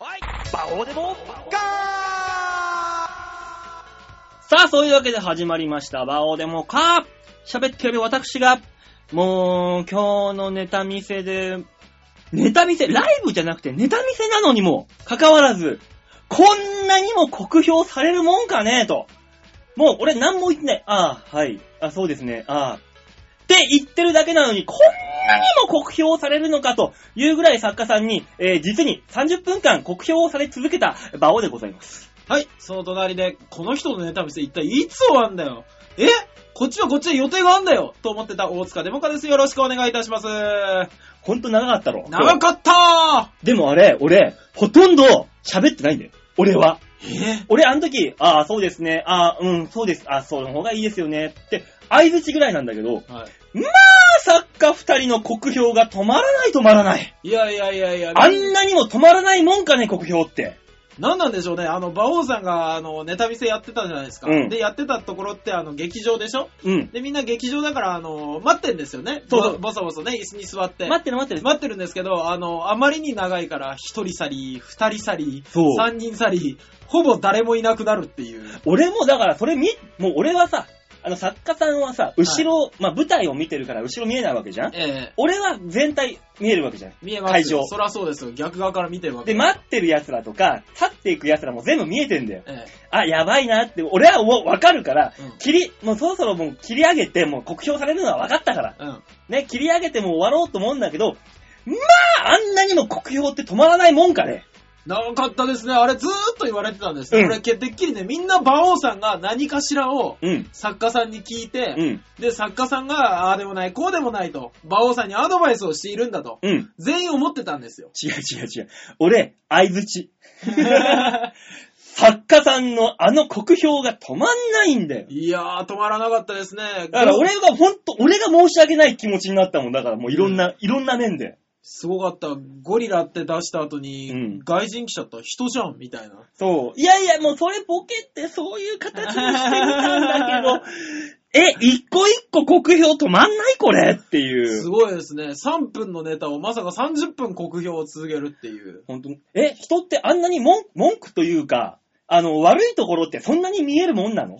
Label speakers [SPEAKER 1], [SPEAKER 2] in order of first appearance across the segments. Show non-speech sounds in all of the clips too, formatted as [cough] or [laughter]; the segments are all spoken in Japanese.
[SPEAKER 1] バオデモガ
[SPEAKER 2] さあ、そういうわけで始まりました。バオでもか喋ってる私が、もう、今日のネタ見せで、ネタ見せ、ライブじゃなくてネタ見せなのにも、かかわらず、こんなにも酷評されるもんかねと。もう、俺何も言ってない。ああ、はい。あ、そうですね。ああ。って言ってるだけなのに、こんなにも酷評されるのかというぐらい作家さんに、えー実に30分間酷評をされ続けた馬王でございます。
[SPEAKER 3] はい、その隣で、この人のネタ見せ一体いつ終わんだよえこっちはこっちで予定があんだよと思ってた大塚デモカです。よろしくお願いいたします。
[SPEAKER 2] ほんと長かったろ。
[SPEAKER 3] 長かった
[SPEAKER 2] でもあれ、俺、ほとんど喋ってないんだよ。俺は。
[SPEAKER 3] ーえ
[SPEAKER 2] 俺、あの時、ああ、そうですね。ああ、うん、そうです。ああ、その方がいいですよね。って、相づちぐらいなんだけど、
[SPEAKER 3] は
[SPEAKER 2] まあ、作家二人の酷評が止まらない止まらない。
[SPEAKER 3] い。いやいやいやいや、
[SPEAKER 2] あんなにも止まらないもんかね、酷評って。
[SPEAKER 3] なんなんでしょうね。あの、馬王さんが、あの、ネタ見せやってたじゃないですか。
[SPEAKER 2] うん
[SPEAKER 3] で、やってたところって、あの、劇場でしょ
[SPEAKER 2] うん。
[SPEAKER 3] で、みんな劇場だから、あの、待ってんですよね。
[SPEAKER 2] そうそう
[SPEAKER 3] ぼぼそぼそね、椅子に座って。
[SPEAKER 2] 待ってる待ってる。
[SPEAKER 3] 待ってるんですけど、あの、あまりに長いから、一人去り、二人去り、
[SPEAKER 2] そう
[SPEAKER 3] 三人去り、ほぼ誰もいなくなるっていう。
[SPEAKER 2] 俺も、だからそれ見、もう俺はさ、あの作家さんはさ、後ろ、まあ舞台を見てるから後ろ見えないわけじゃん
[SPEAKER 3] ええ
[SPEAKER 2] 俺は全体見えるわけじゃん。
[SPEAKER 3] 見えます
[SPEAKER 2] 会場
[SPEAKER 3] そらそうですよ。逆側から見てるわけ。
[SPEAKER 2] で、待ってる奴らとか、立っていく奴らも全部見えてんだよ。
[SPEAKER 3] え
[SPEAKER 2] あ、やばいなって、俺はもう分かるから、
[SPEAKER 3] うん
[SPEAKER 2] 切り、もうそろそろもう切り上げて、もう酷評されるのは分かったから、
[SPEAKER 3] えうん。
[SPEAKER 2] ね、切り上げてもう終わろうと思うんだけど、まあ、あんなにも酷評って止まらないもんかね。
[SPEAKER 3] 長かったですね。あれずーっと言われてたんですね。
[SPEAKER 2] うん
[SPEAKER 3] これ、てっきりね、みんな馬王さんが何かしらを
[SPEAKER 2] うん。
[SPEAKER 3] 作家さんに聞いて、
[SPEAKER 2] うん。
[SPEAKER 3] で、作家さんが、ああでもない、こうでもないと、馬王さんにアドバイスをしているんだと、
[SPEAKER 2] うん。
[SPEAKER 3] 全員思ってたん
[SPEAKER 2] [laughs]。
[SPEAKER 3] ですよ
[SPEAKER 2] 違う違う違う。俺、相づち。作家さんのあの酷評が止まんないんだよ。
[SPEAKER 3] いやー、止まらなかったですね。
[SPEAKER 2] だから俺が本当、俺が申し訳ない気持ちになったもんだから、もういろんな、いろんな面で。
[SPEAKER 3] すごかった。ゴリラって出した後に、
[SPEAKER 2] うん
[SPEAKER 3] 外人来ちゃった。人じゃんみたいな。
[SPEAKER 2] そう。いやいや、もうそれボケってそういう形にしてみたんだけ
[SPEAKER 3] [laughs]
[SPEAKER 2] ど、え、一個一個酷評止まんないこれってい
[SPEAKER 3] す
[SPEAKER 2] う。
[SPEAKER 3] ごいですね。3分のネタをまさか30分酷評を続けるっていう。
[SPEAKER 2] 本当にえ、人ってあんなに文文句というか、あの、悪いところってそんなに見えるもんなの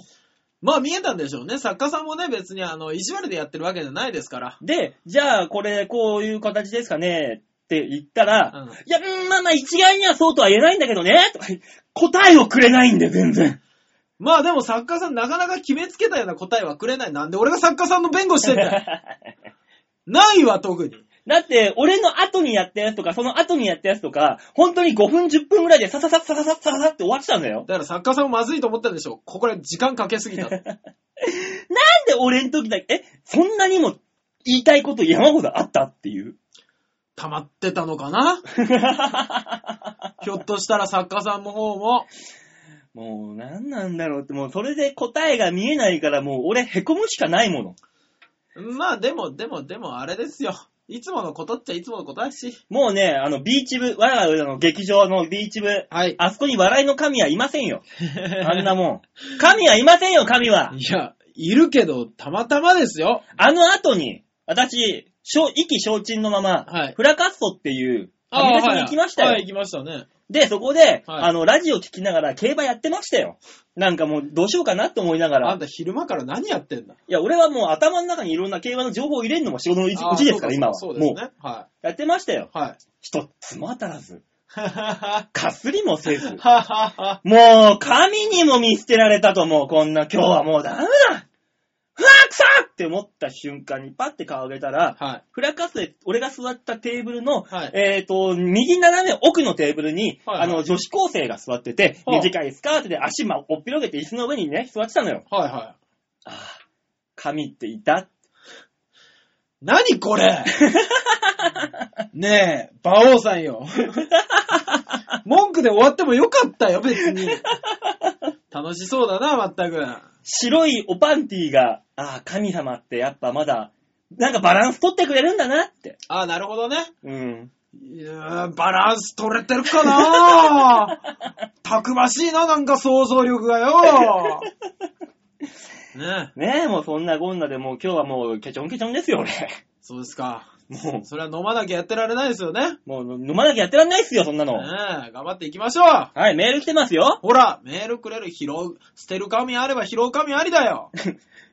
[SPEAKER 3] まあ見えたんでしょうね。作家さんもね、別にあの、意地悪でやってるわけじゃないですから。
[SPEAKER 2] で、じゃあこれこういう形ですかねって言ったら、
[SPEAKER 3] うん
[SPEAKER 2] いや、うんまあまあ一概にはそうとは言えないんだけどね、とか答えをくれないんだよ、全然。
[SPEAKER 3] まあでも作家さんなかなか決めつけたような答えはくれない。なんで俺が作家さんの弁護してん [laughs] だよないわ、特に。
[SPEAKER 2] だって、俺の後にやったやつとか、その後にやったやつとか、本当に5分、10分ぐらいでささささささささって終わってたんだよ。
[SPEAKER 3] だから作家さんもまずいと思ったんでしょう。ここで時間かけすぎた。
[SPEAKER 2] なんで俺の時だけ、え、そんなにも言いたいこと山ほどあったっていう。
[SPEAKER 3] 溜まってたのかな [laughs] ひょっとしたら作家さんの方も。
[SPEAKER 2] もう何なんだろうって、もうそれで答えが見えないから、もう俺凹むしかないもの。
[SPEAKER 3] まあでも、でも、でもあれですよ。いつものことっちゃいつものことだし。
[SPEAKER 2] もうね、あの、ビーチ部、我が家の劇場のビーチ部、
[SPEAKER 3] [laughs] はい。
[SPEAKER 2] あそこに笑いの神はいませんよ。あんなもん。神はいませんよ、神は。
[SPEAKER 3] いや、いるけど、たまたまですよ。
[SPEAKER 2] あの後に、私、小意気消沈のまま、
[SPEAKER 3] はい
[SPEAKER 2] フラカッソっていう、ファミレスに行きましたよ。
[SPEAKER 3] はい、はい行きましたね。
[SPEAKER 2] で、そこで、
[SPEAKER 3] はい
[SPEAKER 2] あの、ラジオ聞きながら競馬やってましたよ。なんかもう、どうしようかなって思いなが
[SPEAKER 3] あ
[SPEAKER 2] ら
[SPEAKER 3] ん。た昼間から何やってんだ
[SPEAKER 2] いや、俺はもう頭の中にいろんな競馬の情報を入れるのも仕事のうちうちですから、
[SPEAKER 3] あー
[SPEAKER 2] 今は。
[SPEAKER 3] そうかそうです
[SPEAKER 2] もう、
[SPEAKER 3] ね。は
[SPEAKER 2] やってましたよ。
[SPEAKER 3] い。はい。
[SPEAKER 2] 一つも当たらず、
[SPEAKER 3] ははは
[SPEAKER 2] かすりもせず。
[SPEAKER 3] ははは
[SPEAKER 2] もう、神にも見捨てられたともう、こんな今日はもうダメだふわーくさーって思った瞬間にパッて顔上げたら、
[SPEAKER 3] はい。
[SPEAKER 2] フラカスで俺が座ったテーブルの、
[SPEAKER 3] はい
[SPEAKER 2] [laughs] えっ、と、右斜め奥のテーブルに、
[SPEAKER 3] はいはい
[SPEAKER 2] あの、女子高生が座ってて、
[SPEAKER 3] はあ
[SPEAKER 2] 短いスカートで足まおっぴろげて椅子の上にね、座ってたのよ。
[SPEAKER 3] はいは
[SPEAKER 2] ああ、神っていた。
[SPEAKER 3] い。何これねえ、馬王さ
[SPEAKER 2] [laughs]
[SPEAKER 3] んよ。文句で終わってもよかったよ、別に。楽しそうだな、まったく。
[SPEAKER 2] 白いおパンティーが、ああ、神様ってやっぱまだ、なんかバランス取ってくれるんだなって。
[SPEAKER 3] ああ、なるほどね。
[SPEAKER 2] うん。
[SPEAKER 3] いやーバランス取れてるか
[SPEAKER 2] [laughs]
[SPEAKER 3] なたくましいな、なんか想像力
[SPEAKER 2] [laughs]
[SPEAKER 3] がよ。ねえ、
[SPEAKER 2] ねえ、もうそんなこんなでもう今日はもうケチョンケチョンですよ、俺。 [laughs]
[SPEAKER 3] そうですか。
[SPEAKER 2] も
[SPEAKER 3] それは飲まなきゃやってられないですよね。
[SPEAKER 2] う、もう飲まなきゃやってらんないっすよ、そんなの。
[SPEAKER 3] ねえ、頑張っていきましょう
[SPEAKER 2] はい、メール来てますよ。
[SPEAKER 3] ほら、メールくれる拾う、捨てる紙あれば拾う紙あり
[SPEAKER 2] [laughs]
[SPEAKER 3] だよ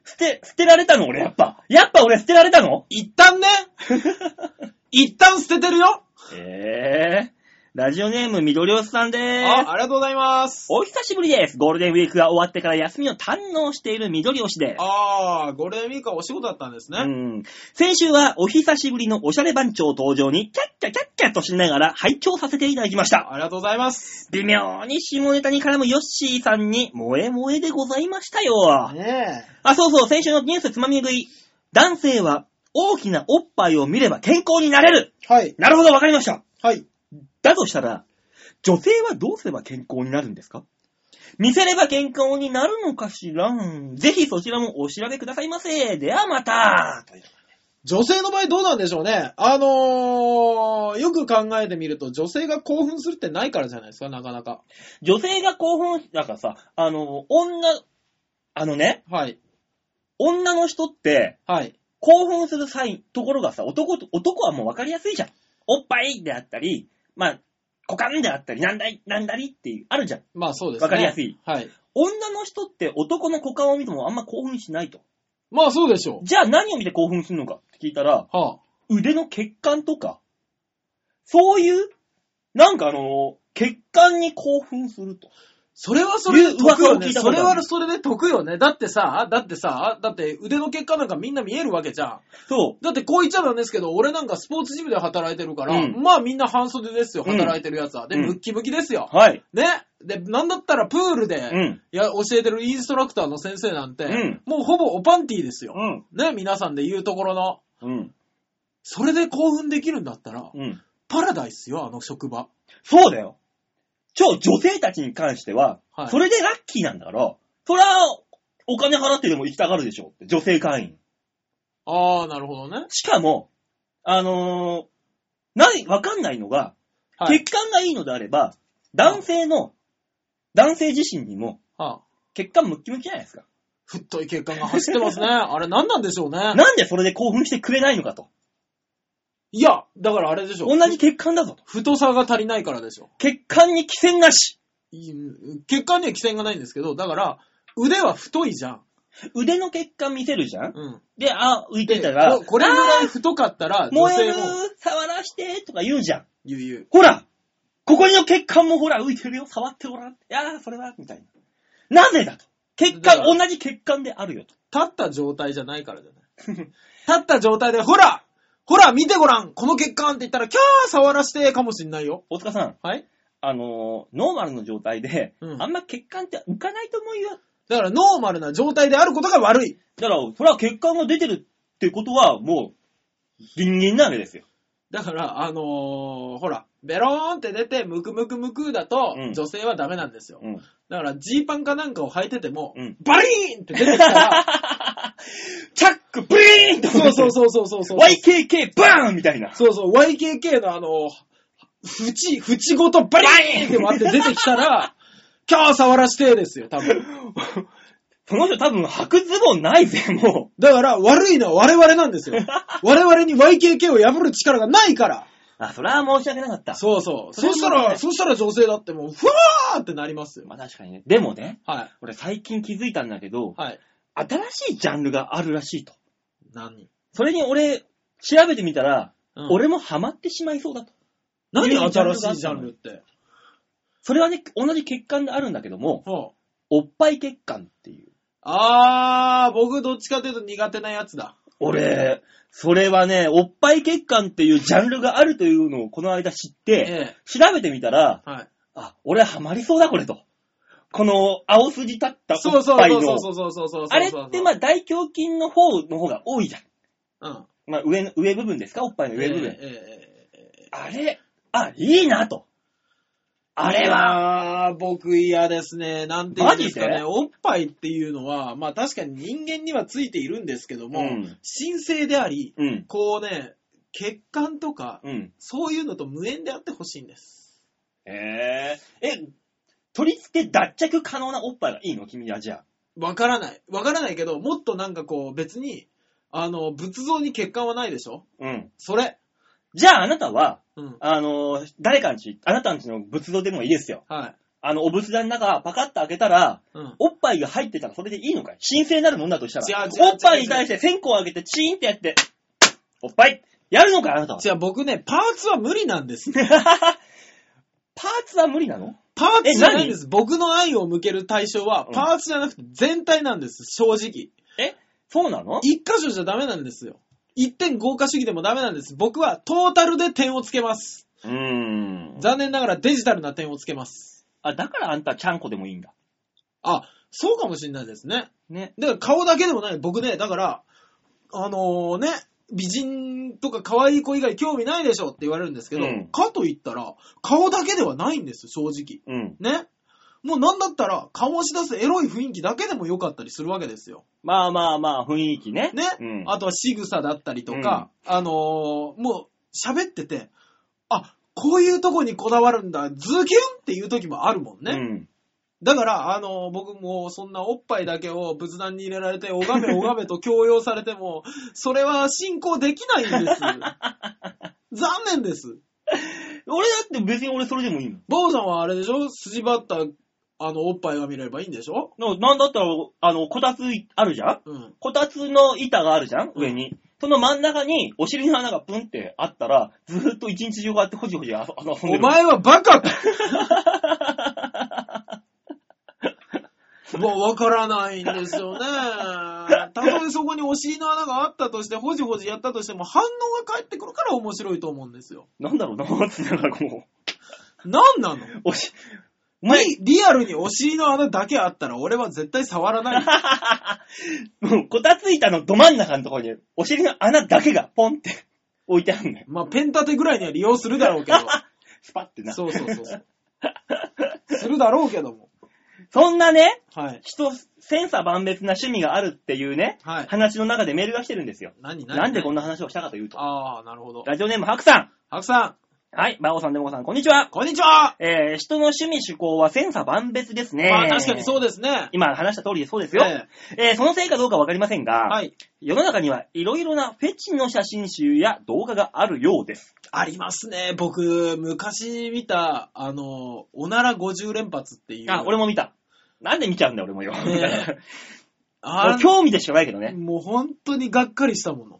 [SPEAKER 2] 捨て、捨てられたの俺やっぱ。やっぱ俺捨てられたの [laughs]
[SPEAKER 3] 一旦ね一旦捨ててるよ
[SPEAKER 2] ええラジオネーム、緑おっさんでー
[SPEAKER 3] あ、
[SPEAKER 2] す。
[SPEAKER 3] ありがとうございます。
[SPEAKER 2] お久しぶりです。ゴールデンウィークが終わってから休みを堪能している緑推しです。
[SPEAKER 3] あー、ゴールデンウィークはお仕事だったんです
[SPEAKER 2] う
[SPEAKER 3] ね。
[SPEAKER 2] ん。先週はお久しぶりのおしゃれ番長登場に、キャッキャキャッキャとしながら拝聴させていただきました。
[SPEAKER 3] ありがとうございます。
[SPEAKER 2] 微妙に下ネタに絡むヨッシーさんに、萌え萌えでございましたよ。
[SPEAKER 3] ね
[SPEAKER 2] あ、そうそう、先週のニュースつまみ食い。男性は大きなおっぱいを見れば健康になれる。
[SPEAKER 3] え。はい。
[SPEAKER 2] なるほど、わかりました。
[SPEAKER 3] はい。
[SPEAKER 2] だとしたら、女性はどうすれば健康になるんですか見せれば健康になるのかしらんぜひそちらもお調べくださいませ。ではまた。
[SPEAKER 3] 女性の場合どうなんでしょうね。あのー、よく考えてみると、女性が興奮するってないからじゃないですか、なかなか。
[SPEAKER 2] 女性が興奮、なんかさ、あの、女、あのね、
[SPEAKER 3] はい。
[SPEAKER 2] 女の人って、
[SPEAKER 3] はい。
[SPEAKER 2] 興奮する際、ところがさ、男と、男はもう分かりやすいじゃん。おっぱいであったり、まあ、股間であったり、なんだい、なんだりっていう、あるじゃん。
[SPEAKER 3] まあそうですね。
[SPEAKER 2] わかりやすい。
[SPEAKER 3] はい。
[SPEAKER 2] 女の人って男の股間を見てもあんま興奮しないと。
[SPEAKER 3] まあそうでしょ
[SPEAKER 2] じゃあ何を見て興奮するのかって聞いたら、
[SPEAKER 3] う。は
[SPEAKER 2] 腕の血管とか、そういう、なんかあの、血管に興奮すると。
[SPEAKER 3] あ。それはそれで得
[SPEAKER 2] いう噂を
[SPEAKER 3] よ
[SPEAKER 2] 聞
[SPEAKER 3] ね。
[SPEAKER 2] いた
[SPEAKER 3] そ
[SPEAKER 2] ことあ
[SPEAKER 3] れ
[SPEAKER 2] る
[SPEAKER 3] はそれで得よね。だってさ、だってさ、だって腕の結果なんかみんな見えるわけじゃん。
[SPEAKER 2] そう。
[SPEAKER 3] だってこう言っちゃなんですけど、俺なんかスポーツジムで働いてるから、
[SPEAKER 2] うん
[SPEAKER 3] まあみんな半袖ですよ、
[SPEAKER 2] うん
[SPEAKER 3] 働いてるやつは。で、
[SPEAKER 2] うん
[SPEAKER 3] ムッキムキですよ。
[SPEAKER 2] はい。
[SPEAKER 3] ね。で、なんだったらプールで、
[SPEAKER 2] うん。
[SPEAKER 3] いや、教えてるインストラクターの先生なんて、
[SPEAKER 2] うん
[SPEAKER 3] もうほぼおパンティーですよ。
[SPEAKER 2] うん。
[SPEAKER 3] ね、皆さんで言うところの。
[SPEAKER 2] うん。
[SPEAKER 3] それで興奮できるんだったら、
[SPEAKER 2] うん。
[SPEAKER 3] パラダイスよ、あの職場。
[SPEAKER 2] そうだよ。超女性たちに関しては、
[SPEAKER 3] はい
[SPEAKER 2] それでラッキーなんだから、そりゃ、お金払ってでも行きたがるでしょ。女性会員。
[SPEAKER 3] あー、なるほどね。
[SPEAKER 2] しかも、あのーない、わかんないのが、
[SPEAKER 3] はい。
[SPEAKER 2] 血管がいいのであれば、男性の、男性自身にも、
[SPEAKER 3] はあ、
[SPEAKER 2] 血管ムッキムキじゃないですか。
[SPEAKER 3] 太い血管が走っ
[SPEAKER 2] [laughs]
[SPEAKER 3] てますね。あれ何なんでしょうね。
[SPEAKER 2] なんでそれで興奮してくれないのかと。
[SPEAKER 3] いや、だからあれでしょ。
[SPEAKER 2] 同じ血管だぞと。
[SPEAKER 3] 太さが足りないからでしょ。
[SPEAKER 2] 血管に寄せなし。
[SPEAKER 3] い血管には寄せがないんですけど、だから、腕は太いじゃん。
[SPEAKER 2] 腕の血管見せるじゃん
[SPEAKER 3] うん。
[SPEAKER 2] で、あ、浮いて
[SPEAKER 3] で
[SPEAKER 2] たら、
[SPEAKER 3] ここれぐらい太かったら、女
[SPEAKER 2] 燃え
[SPEAKER 3] 性
[SPEAKER 2] る
[SPEAKER 3] も、
[SPEAKER 2] 触らしてとか言うじゃん。
[SPEAKER 3] ゆうゆう。
[SPEAKER 2] ほらここにの血管もほら浮いてるよ触ってごらん。いやー、それはみたいな。なぜだと。血
[SPEAKER 3] だか
[SPEAKER 2] 管、
[SPEAKER 3] ら
[SPEAKER 2] 同じ血管であるよと。
[SPEAKER 3] 立った状態じゃないからじゃない。 [laughs] 立った状態で、ほらほら見てごらんこの血管って言ったら、キャー触らしてかもしんないよ。
[SPEAKER 2] 大塚さん、
[SPEAKER 3] はい
[SPEAKER 2] あのー、ノーマルの状態で、
[SPEAKER 3] うん
[SPEAKER 2] あんま血管って浮かないと思うよ。
[SPEAKER 3] だから、ノーマルな状態であることが悪い。
[SPEAKER 2] だから、それは血管が出てるってことは、もう、ギンギンなわけですよ。
[SPEAKER 3] だから、あのー、ほら、ベローンって出て、ムクムクムクだと、
[SPEAKER 2] うん
[SPEAKER 3] 女性はダメなんですよ。
[SPEAKER 2] うん。
[SPEAKER 3] だから、ジーパンかなんかを履いてても、
[SPEAKER 2] うん
[SPEAKER 3] バリーンって出てきた [laughs] ら、
[SPEAKER 2] チャック、ブリーンと
[SPEAKER 3] そうそうそうそうそうそう。
[SPEAKER 2] YKK バーンみたいな。
[SPEAKER 3] そうそう、YKK のあの、縁、縁ごとバリーンって割って出てきたら、 [laughs] キャー触らしてですよ、多分。
[SPEAKER 2] その人多分白ズボンないぜ、も
[SPEAKER 3] だから、悪いのは我々なん [laughs] ですよ。我々に YKK を破る力がないから。
[SPEAKER 2] う。あ、それは申し訳なかった。
[SPEAKER 3] そうそう。
[SPEAKER 2] それ
[SPEAKER 3] そ
[SPEAKER 2] はそう
[SPEAKER 3] した
[SPEAKER 2] だ
[SPEAKER 3] ら、
[SPEAKER 2] ね
[SPEAKER 3] そしたら女性だってもう、ふわーってなりますよ。
[SPEAKER 2] まあ確かにね。でもね、
[SPEAKER 3] はい。
[SPEAKER 2] 俺最近気づいたんだけど、
[SPEAKER 3] はい。
[SPEAKER 2] 新しいジャンルがあるらしいと。
[SPEAKER 3] 何、
[SPEAKER 2] それに俺、調べてみたら、
[SPEAKER 3] うん、
[SPEAKER 2] 俺もハマってしまいそうだと。い
[SPEAKER 3] 何
[SPEAKER 2] うジャンルがあっ
[SPEAKER 3] 新
[SPEAKER 2] た
[SPEAKER 3] し
[SPEAKER 2] の
[SPEAKER 3] いジャンルって。
[SPEAKER 2] それはね、同じ血管であるんだけども、
[SPEAKER 3] は
[SPEAKER 2] おっぱい血管っていう。
[SPEAKER 3] あ、あー、僕どっちかというと苦手なやつだ。
[SPEAKER 2] 俺、それはね、おっぱい血管っていうジャンルがあるというのをこの間知って、
[SPEAKER 3] ええ。
[SPEAKER 2] 調べてみたら、
[SPEAKER 3] はい。
[SPEAKER 2] あ、俺ハマりそうだこれと。この青筋立った
[SPEAKER 3] そ
[SPEAKER 2] お
[SPEAKER 3] う
[SPEAKER 2] っ
[SPEAKER 3] そう
[SPEAKER 2] ぱい
[SPEAKER 3] そう
[SPEAKER 2] の。
[SPEAKER 3] そうそうそうそうそうそう。
[SPEAKER 2] あれってまあ大胸筋の方の方が多いじゃん。
[SPEAKER 3] うん。
[SPEAKER 2] まあ上の、上部分ですかおっぱいの上部分。
[SPEAKER 3] ええええええ
[SPEAKER 2] あれ、あ、いいなと。あれは、
[SPEAKER 3] は、僕嫌ですね。なんて言うんです
[SPEAKER 2] マ
[SPEAKER 3] か
[SPEAKER 2] ジ
[SPEAKER 3] ね。
[SPEAKER 2] で
[SPEAKER 3] おっぱいっていうのは、まあ確かに人間にはついているんですけども、
[SPEAKER 2] うん
[SPEAKER 3] 神聖であり、
[SPEAKER 2] うん、
[SPEAKER 3] こうね、血管とか、
[SPEAKER 2] うん。
[SPEAKER 3] そういうのと無縁であってほしいんです。
[SPEAKER 2] えー、え、取り付け脱着可能なおっぱいがいいの君はじゃあ。
[SPEAKER 3] わからない。わからないけど、もっとなんかこう別に、あの、仏像に血管はないでしょ
[SPEAKER 2] うん。
[SPEAKER 3] それ。
[SPEAKER 2] じゃああなたは、
[SPEAKER 3] うん。
[SPEAKER 2] あの、誰かんち、あなたんちの仏像でもいいですよ。
[SPEAKER 3] はい。
[SPEAKER 2] あの、お仏壇の中、パカッと開けたら、
[SPEAKER 3] うん。
[SPEAKER 2] おっぱいが入ってたらそれでいいのかい神聖なるもんだとしたら。
[SPEAKER 3] 違う違う違う
[SPEAKER 2] おっぱいに対して線香を開けてチーンってやって、おっぱいやるのかいあなたは。
[SPEAKER 3] じゃあ僕ね、パーツは無理なんです。
[SPEAKER 2] [laughs] パーツは無理なの
[SPEAKER 3] パーツじゃないんで
[SPEAKER 2] え
[SPEAKER 3] す。僕の愛を向ける対象は
[SPEAKER 2] う、ん
[SPEAKER 3] パーツじゃなくて全体なんです、正直。
[SPEAKER 2] そうなの
[SPEAKER 3] 一箇所じゃダメなんですよ。一点豪華主義でもダメなんです。僕はトータルで点をつけます。
[SPEAKER 2] うーん。
[SPEAKER 3] 残念ながらデジタルな点をつけます。
[SPEAKER 2] あ、だからあんたちゃんこでもいいんだ。
[SPEAKER 3] あ、そうかもしれないですね。
[SPEAKER 2] ね。
[SPEAKER 3] だから顔だけでもない。僕ね、だから、あのね、美人とか可愛い子以外興味ないでしょって言われるんですけ
[SPEAKER 2] う
[SPEAKER 3] ど、
[SPEAKER 2] ん
[SPEAKER 3] かといったら、顔だけではないんです、正直。
[SPEAKER 2] うん。
[SPEAKER 3] ね。もうなんだったら、醸し出すエロい雰囲気だけでも良かったりするわけですよ。
[SPEAKER 2] まあまあまあ、雰囲気ね。
[SPEAKER 3] ね。
[SPEAKER 2] うん。
[SPEAKER 3] あとは仕草だったりとか、あのーもう喋ってて、あ、こういうとこにこだわるんだ、ズキュンっていう時もあるもんね。
[SPEAKER 2] うん。
[SPEAKER 3] だから、あの、僕もそんなおっぱいだけを仏壇に入れられて、拝め拝めと強要されても、それは進行できない
[SPEAKER 2] [laughs]
[SPEAKER 3] んです。残念です。
[SPEAKER 2] 俺だって別に俺それでもいいの。
[SPEAKER 3] 坊さんはあれでしょ筋張った、あの、おっぱいが見れればいいんでしょ
[SPEAKER 2] ななんだったら、あの、こたついあるじゃん
[SPEAKER 3] うん。
[SPEAKER 2] こたつの板があるじゃん上に。その真ん中にお尻の穴がプンってあったら、ずーっと一日中こうやってほじほじああの遊んで
[SPEAKER 3] お
[SPEAKER 2] る。
[SPEAKER 3] 前はバカか [laughs] もうわからないんですよね。たとえそこにお尻の穴があったとして、ほじほじやったとしても、反応が返ってくるから面白いと思うんですよ。
[SPEAKER 2] なんだろうな、 [laughs] つってなんかも
[SPEAKER 3] なんなの
[SPEAKER 2] う。おし、お前、
[SPEAKER 3] リリアルにお尻の穴だけあったら俺は絶対触
[SPEAKER 2] [laughs]
[SPEAKER 3] らない。
[SPEAKER 2] もうこたつ板のど真ん中のところに、お尻の穴だけがポンって置いてあるんだよ。
[SPEAKER 3] まあ、ペン立てぐらいには利用するだろうけど。
[SPEAKER 2] [laughs] スパってな。
[SPEAKER 3] そうそうそうそう。するだろうけども。
[SPEAKER 2] そんなね、
[SPEAKER 3] はい。
[SPEAKER 2] 人、千差万別な趣味があるっていうね、
[SPEAKER 3] はい。
[SPEAKER 2] 話の中でメールが来てるんですよ。
[SPEAKER 3] 何何
[SPEAKER 2] なんでこん
[SPEAKER 3] な。
[SPEAKER 2] な話をしたかというと。
[SPEAKER 3] ああ、なるほど。
[SPEAKER 2] ラジオネーム、ハクさ
[SPEAKER 3] 白さ
[SPEAKER 2] ん。はい、バオさん、デモコさん、こんにちは
[SPEAKER 3] ん、。こんにちは、
[SPEAKER 2] えー、人の趣味趣向は千差万別ですね。
[SPEAKER 3] まあ、確かにそうですね。
[SPEAKER 2] 今話した通りでそうですよ。
[SPEAKER 3] え
[SPEAKER 2] えーそのせいかどうかわかりませんが、
[SPEAKER 3] えはい。
[SPEAKER 2] 世の中にはいろいろなフェチの写真集や動画があるようです。
[SPEAKER 3] ありますね。僕、昔見た、あの、おなら50連発っていう。
[SPEAKER 2] あ、俺も見た。なんで見ちゃうんだよ [laughs] 俺もよ。
[SPEAKER 3] ね
[SPEAKER 2] も
[SPEAKER 3] あ
[SPEAKER 2] う興味でしかないけどね。
[SPEAKER 3] もう本当にがっかりしたもの。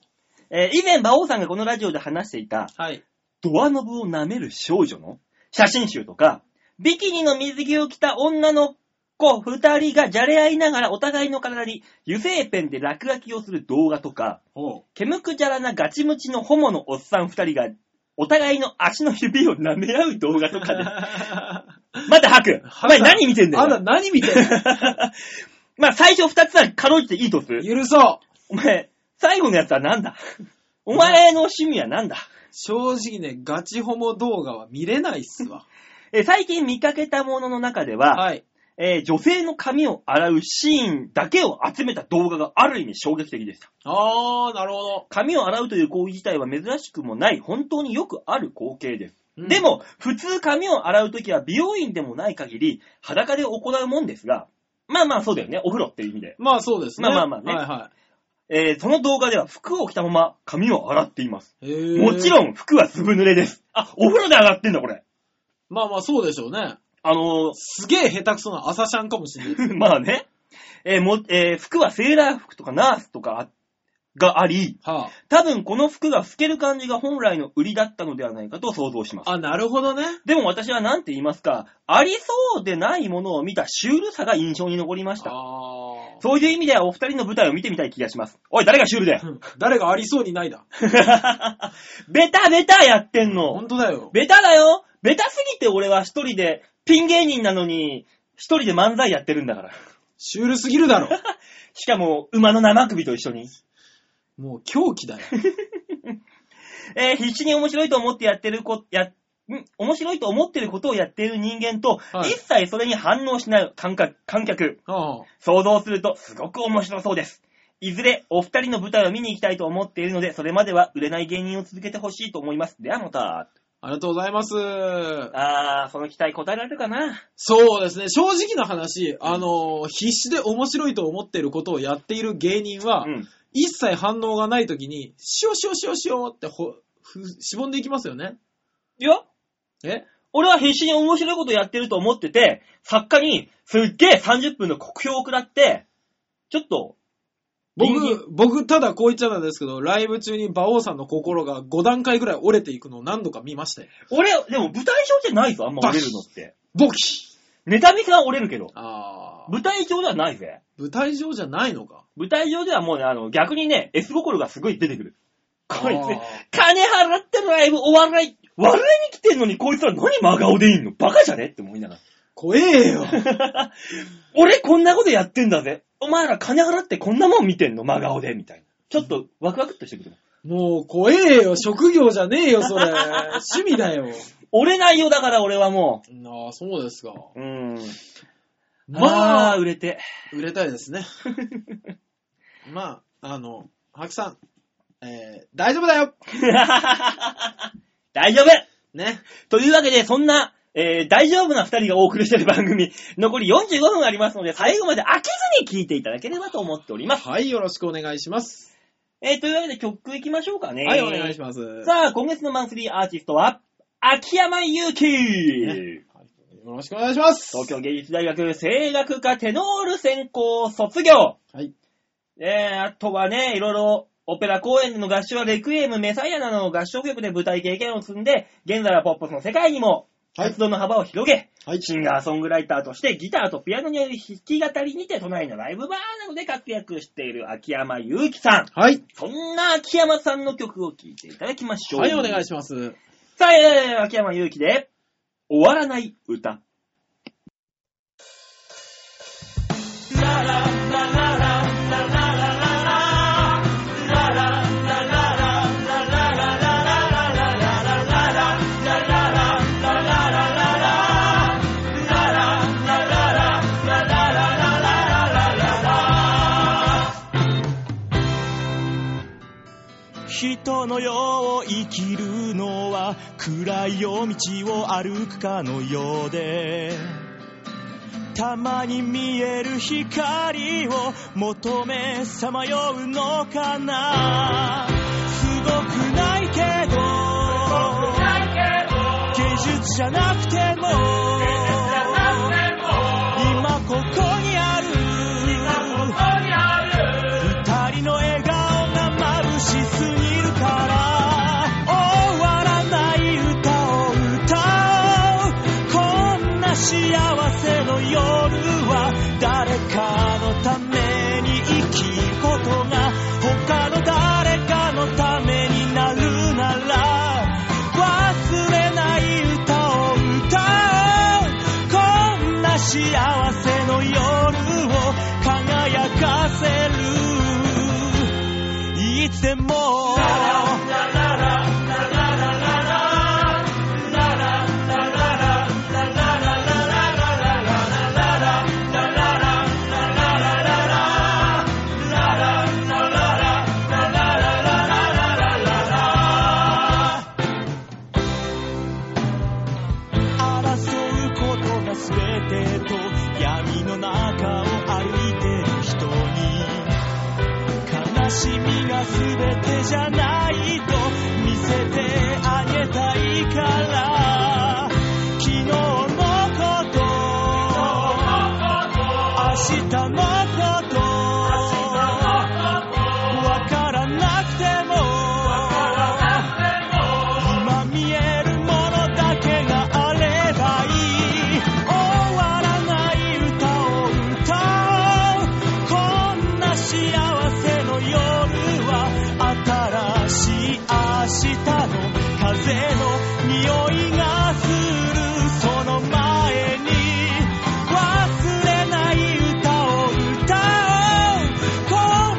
[SPEAKER 2] えー以前、馬王さんがこのラジオで話していた、
[SPEAKER 3] はい。
[SPEAKER 2] ドアノブを舐める少女の写真集とか、ビキニの水着を着た女の子二人がじゃれ合いながらお互いの体に油性ペンで落書きをする動画とか、 [laughs]
[SPEAKER 3] ほ
[SPEAKER 2] ケムクジャラなガチムチのホモのおっさん二人が、お互いの足の指を舐め合う動画と [laughs] かでまだ吐くお前何見てんだ
[SPEAKER 3] あんた
[SPEAKER 2] よ
[SPEAKER 3] 何見てんの [laughs]
[SPEAKER 2] [laughs] まあ最初二つはかろうじていいとする。
[SPEAKER 3] 許そう
[SPEAKER 2] お前、最後のやつはなんだお前の趣味はなんだ
[SPEAKER 3] 正直ね、ガチホモ動画は見れないっすわ。
[SPEAKER 2] え最近見かけたものの中では、
[SPEAKER 3] はい。
[SPEAKER 2] えー女性の髪を洗うシーンだけを集めた動画がある意味衝撃的でした。
[SPEAKER 3] あー、なるほど。
[SPEAKER 2] 髪を洗うという行為自体は珍しくもない、本当によくある光景です。
[SPEAKER 3] うん
[SPEAKER 2] で、も、普通髪を洗うときは美容院でもない限り、裸で行うもんですが、まあまあそうだよね、お風呂っていう意味で。
[SPEAKER 3] まあそうですね。
[SPEAKER 2] まあまあまあね
[SPEAKER 3] はいは
[SPEAKER 2] えーその動画では服を着たまま髪を洗っています。
[SPEAKER 3] い。へー
[SPEAKER 2] もちろん服はすぶ濡れです。あ、お風呂で洗ってんだこれ。
[SPEAKER 3] まあまあそうでしょうね。
[SPEAKER 2] あの
[SPEAKER 3] すげえ下手くそな朝シャンかもしれない。
[SPEAKER 2] ーまあね、えーもえー服はセーラー服とかナースとかあがあり、
[SPEAKER 3] は
[SPEAKER 2] 多分この服が透ける感じが本来の売りだったのではないかと想像します。
[SPEAKER 3] あ。あ、なるほどね。
[SPEAKER 2] でも私は何て言いますか、ありそうでないものを見たシュールさが印象に残りました。
[SPEAKER 3] あー
[SPEAKER 2] そういう意味ではお二人の舞台を見てみたい気がします。おい、誰がシュールだよ
[SPEAKER 3] [laughs] 誰がありそうにないだ。
[SPEAKER 2] ベタベタやってんの
[SPEAKER 3] 本当だよ。
[SPEAKER 2] ベタだよベタすぎて俺は一人で、ピン芸人なのに、一人で漫才やってるんだから。
[SPEAKER 3] シュールすぎるだろ。
[SPEAKER 2] しかも、馬の生首と一緒に。
[SPEAKER 3] もう狂気だよ。
[SPEAKER 2] えー必死に面白いと思ってやってるこ、や、ん面白いと思ってることをやっている人間と、
[SPEAKER 3] はい
[SPEAKER 2] 一切それに反応しない観客、観客、
[SPEAKER 3] はあ、
[SPEAKER 2] 想像するとすごく面白そうです。いずれお二人の舞台を見に行きたいと思っているので、それまでは売れない芸人を続けてほしいと思います。ではまた。
[SPEAKER 3] ありがとうございます。
[SPEAKER 2] あー、その期待答えられるかな
[SPEAKER 3] そうですね。正直な話、あの、必死で面白いと思ってることをやっている芸人は、
[SPEAKER 2] うん。
[SPEAKER 3] 一切反応がない時に、しおしおしおしおってほ、ふ、しぼんでいきますよね。
[SPEAKER 2] いや、
[SPEAKER 3] え
[SPEAKER 2] 俺は必死に面白いことやってると思ってて、作家にすっげえ30分の酷評を食らって、ちょっと、人
[SPEAKER 3] 僕、僕、ただこう言っちゃなんですけど、ライブ中に馬王さんの心が5段階ぐらい折れていくのを何度か見ましたよ。
[SPEAKER 2] 俺、でも舞台上じゃないぞ、あんま折れるのって。
[SPEAKER 3] ボキ
[SPEAKER 2] ネタ見せは折れるけど、
[SPEAKER 3] あー。
[SPEAKER 2] 舞台上ではないぜ。
[SPEAKER 3] 舞台上じゃないのか。
[SPEAKER 2] 舞台上ではもうね、あの、逆にね、S 心がすごい出てくる。こいつ
[SPEAKER 3] あー、
[SPEAKER 2] 金払ってるライブお笑い、笑いに来てんのにこいつら何真顔でいんのバカじゃねって思いながら。
[SPEAKER 3] 怖えよ。 [laughs]
[SPEAKER 2] 俺こんなことやってんだぜ。お前ら金払ってこんなもん見てんの真顔で、みたいな。ちょっとワクワクっとしてくる。
[SPEAKER 3] もう怖えよ。職業じゃねえよ、それ。趣味だよ。
[SPEAKER 2] 折れないよだから俺はも
[SPEAKER 3] ああ、そうですか。
[SPEAKER 2] う。うん。ま
[SPEAKER 3] ま
[SPEAKER 2] あ、
[SPEAKER 3] あ、
[SPEAKER 2] 売れて。 [laughs]
[SPEAKER 3] 売れたいですね。 [laughs] まあ、あの、ハキさん、えー、大丈夫だよ
[SPEAKER 2] 大丈夫
[SPEAKER 3] ね。
[SPEAKER 2] というわけで、そんな、えー大丈夫な二人がお送りしている番組、残り45分ありますので、最後まで飽きずに聞いていただければと思っております。
[SPEAKER 3] はい、よろしくお願いします。
[SPEAKER 2] えーというわけで曲行きましょうかね。
[SPEAKER 3] はい、お願いします。よ
[SPEAKER 2] さあ、今月のマンスリーアーティストは、秋山祐希、
[SPEAKER 3] ねろしくお願いします。
[SPEAKER 2] 東京芸術大学声楽科テノール専攻卒業。
[SPEAKER 3] はい。
[SPEAKER 2] えー、あとはね、いろいろ、オペラ公演での合唱はレクイエム、メサイアなどの合唱曲で舞台経験を積んで、現在はポップスの世界にも
[SPEAKER 3] はい
[SPEAKER 2] 活。動の幅を広げ、
[SPEAKER 3] はい。
[SPEAKER 2] シンガーソングライターとしてギターとピアノによる弾き語りにて都内のライブバーなどで活躍している秋山祐希さん。
[SPEAKER 3] はい。
[SPEAKER 2] そんな秋山さんの曲を聴いていただきましょう。
[SPEAKER 3] はい、お願いします。
[SPEAKER 2] さあ、えー秋山祐希で、終わらない歌。
[SPEAKER 1] 人の世を生きるのは暗い夜道を歩くかのようでたまに見える光を求めさまようのかなすごくないけど芸術じゃなくても今ここにある二人の笑顔が眩しすぎるから終わらない歌を歌おうこんな幸せの夜は誰かのために生きることが他の誰かのためになるなら忘れない歌を歌おうこんな幸せの夜を輝かせるいつでも争うことが全てと闇の中を歩いてる人に悲しみが全てじゃないと見せてあげたいから昨日のこと明日のことわからなくても今見えるものだけがあればいい終わらない歌を歌おうこんな幸せの夜は新しい明日の風の匂いがするその前に忘れない歌を歌おうこ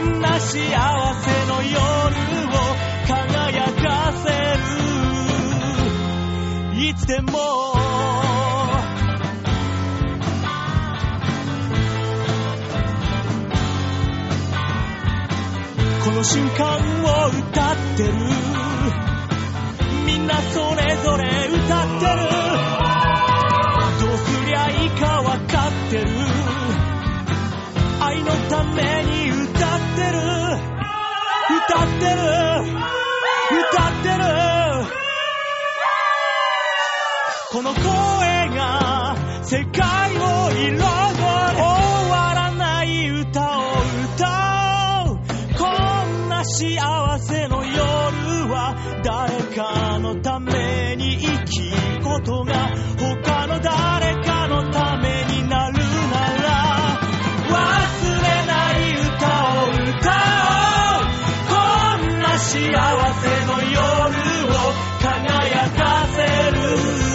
[SPEAKER 1] んな幸せの夜を輝かせるいつでもこの瞬間を歌ってるみんなそれぞれ歌ってるどうすりゃいいかわかってる愛のために歌ってるこの声が世界を彩る終わらない歌を歌おうこんな幸せの夜は誰かのために生きることが他の誰かのためになるなら忘れない歌を歌おうこんな幸せの夜を輝かせる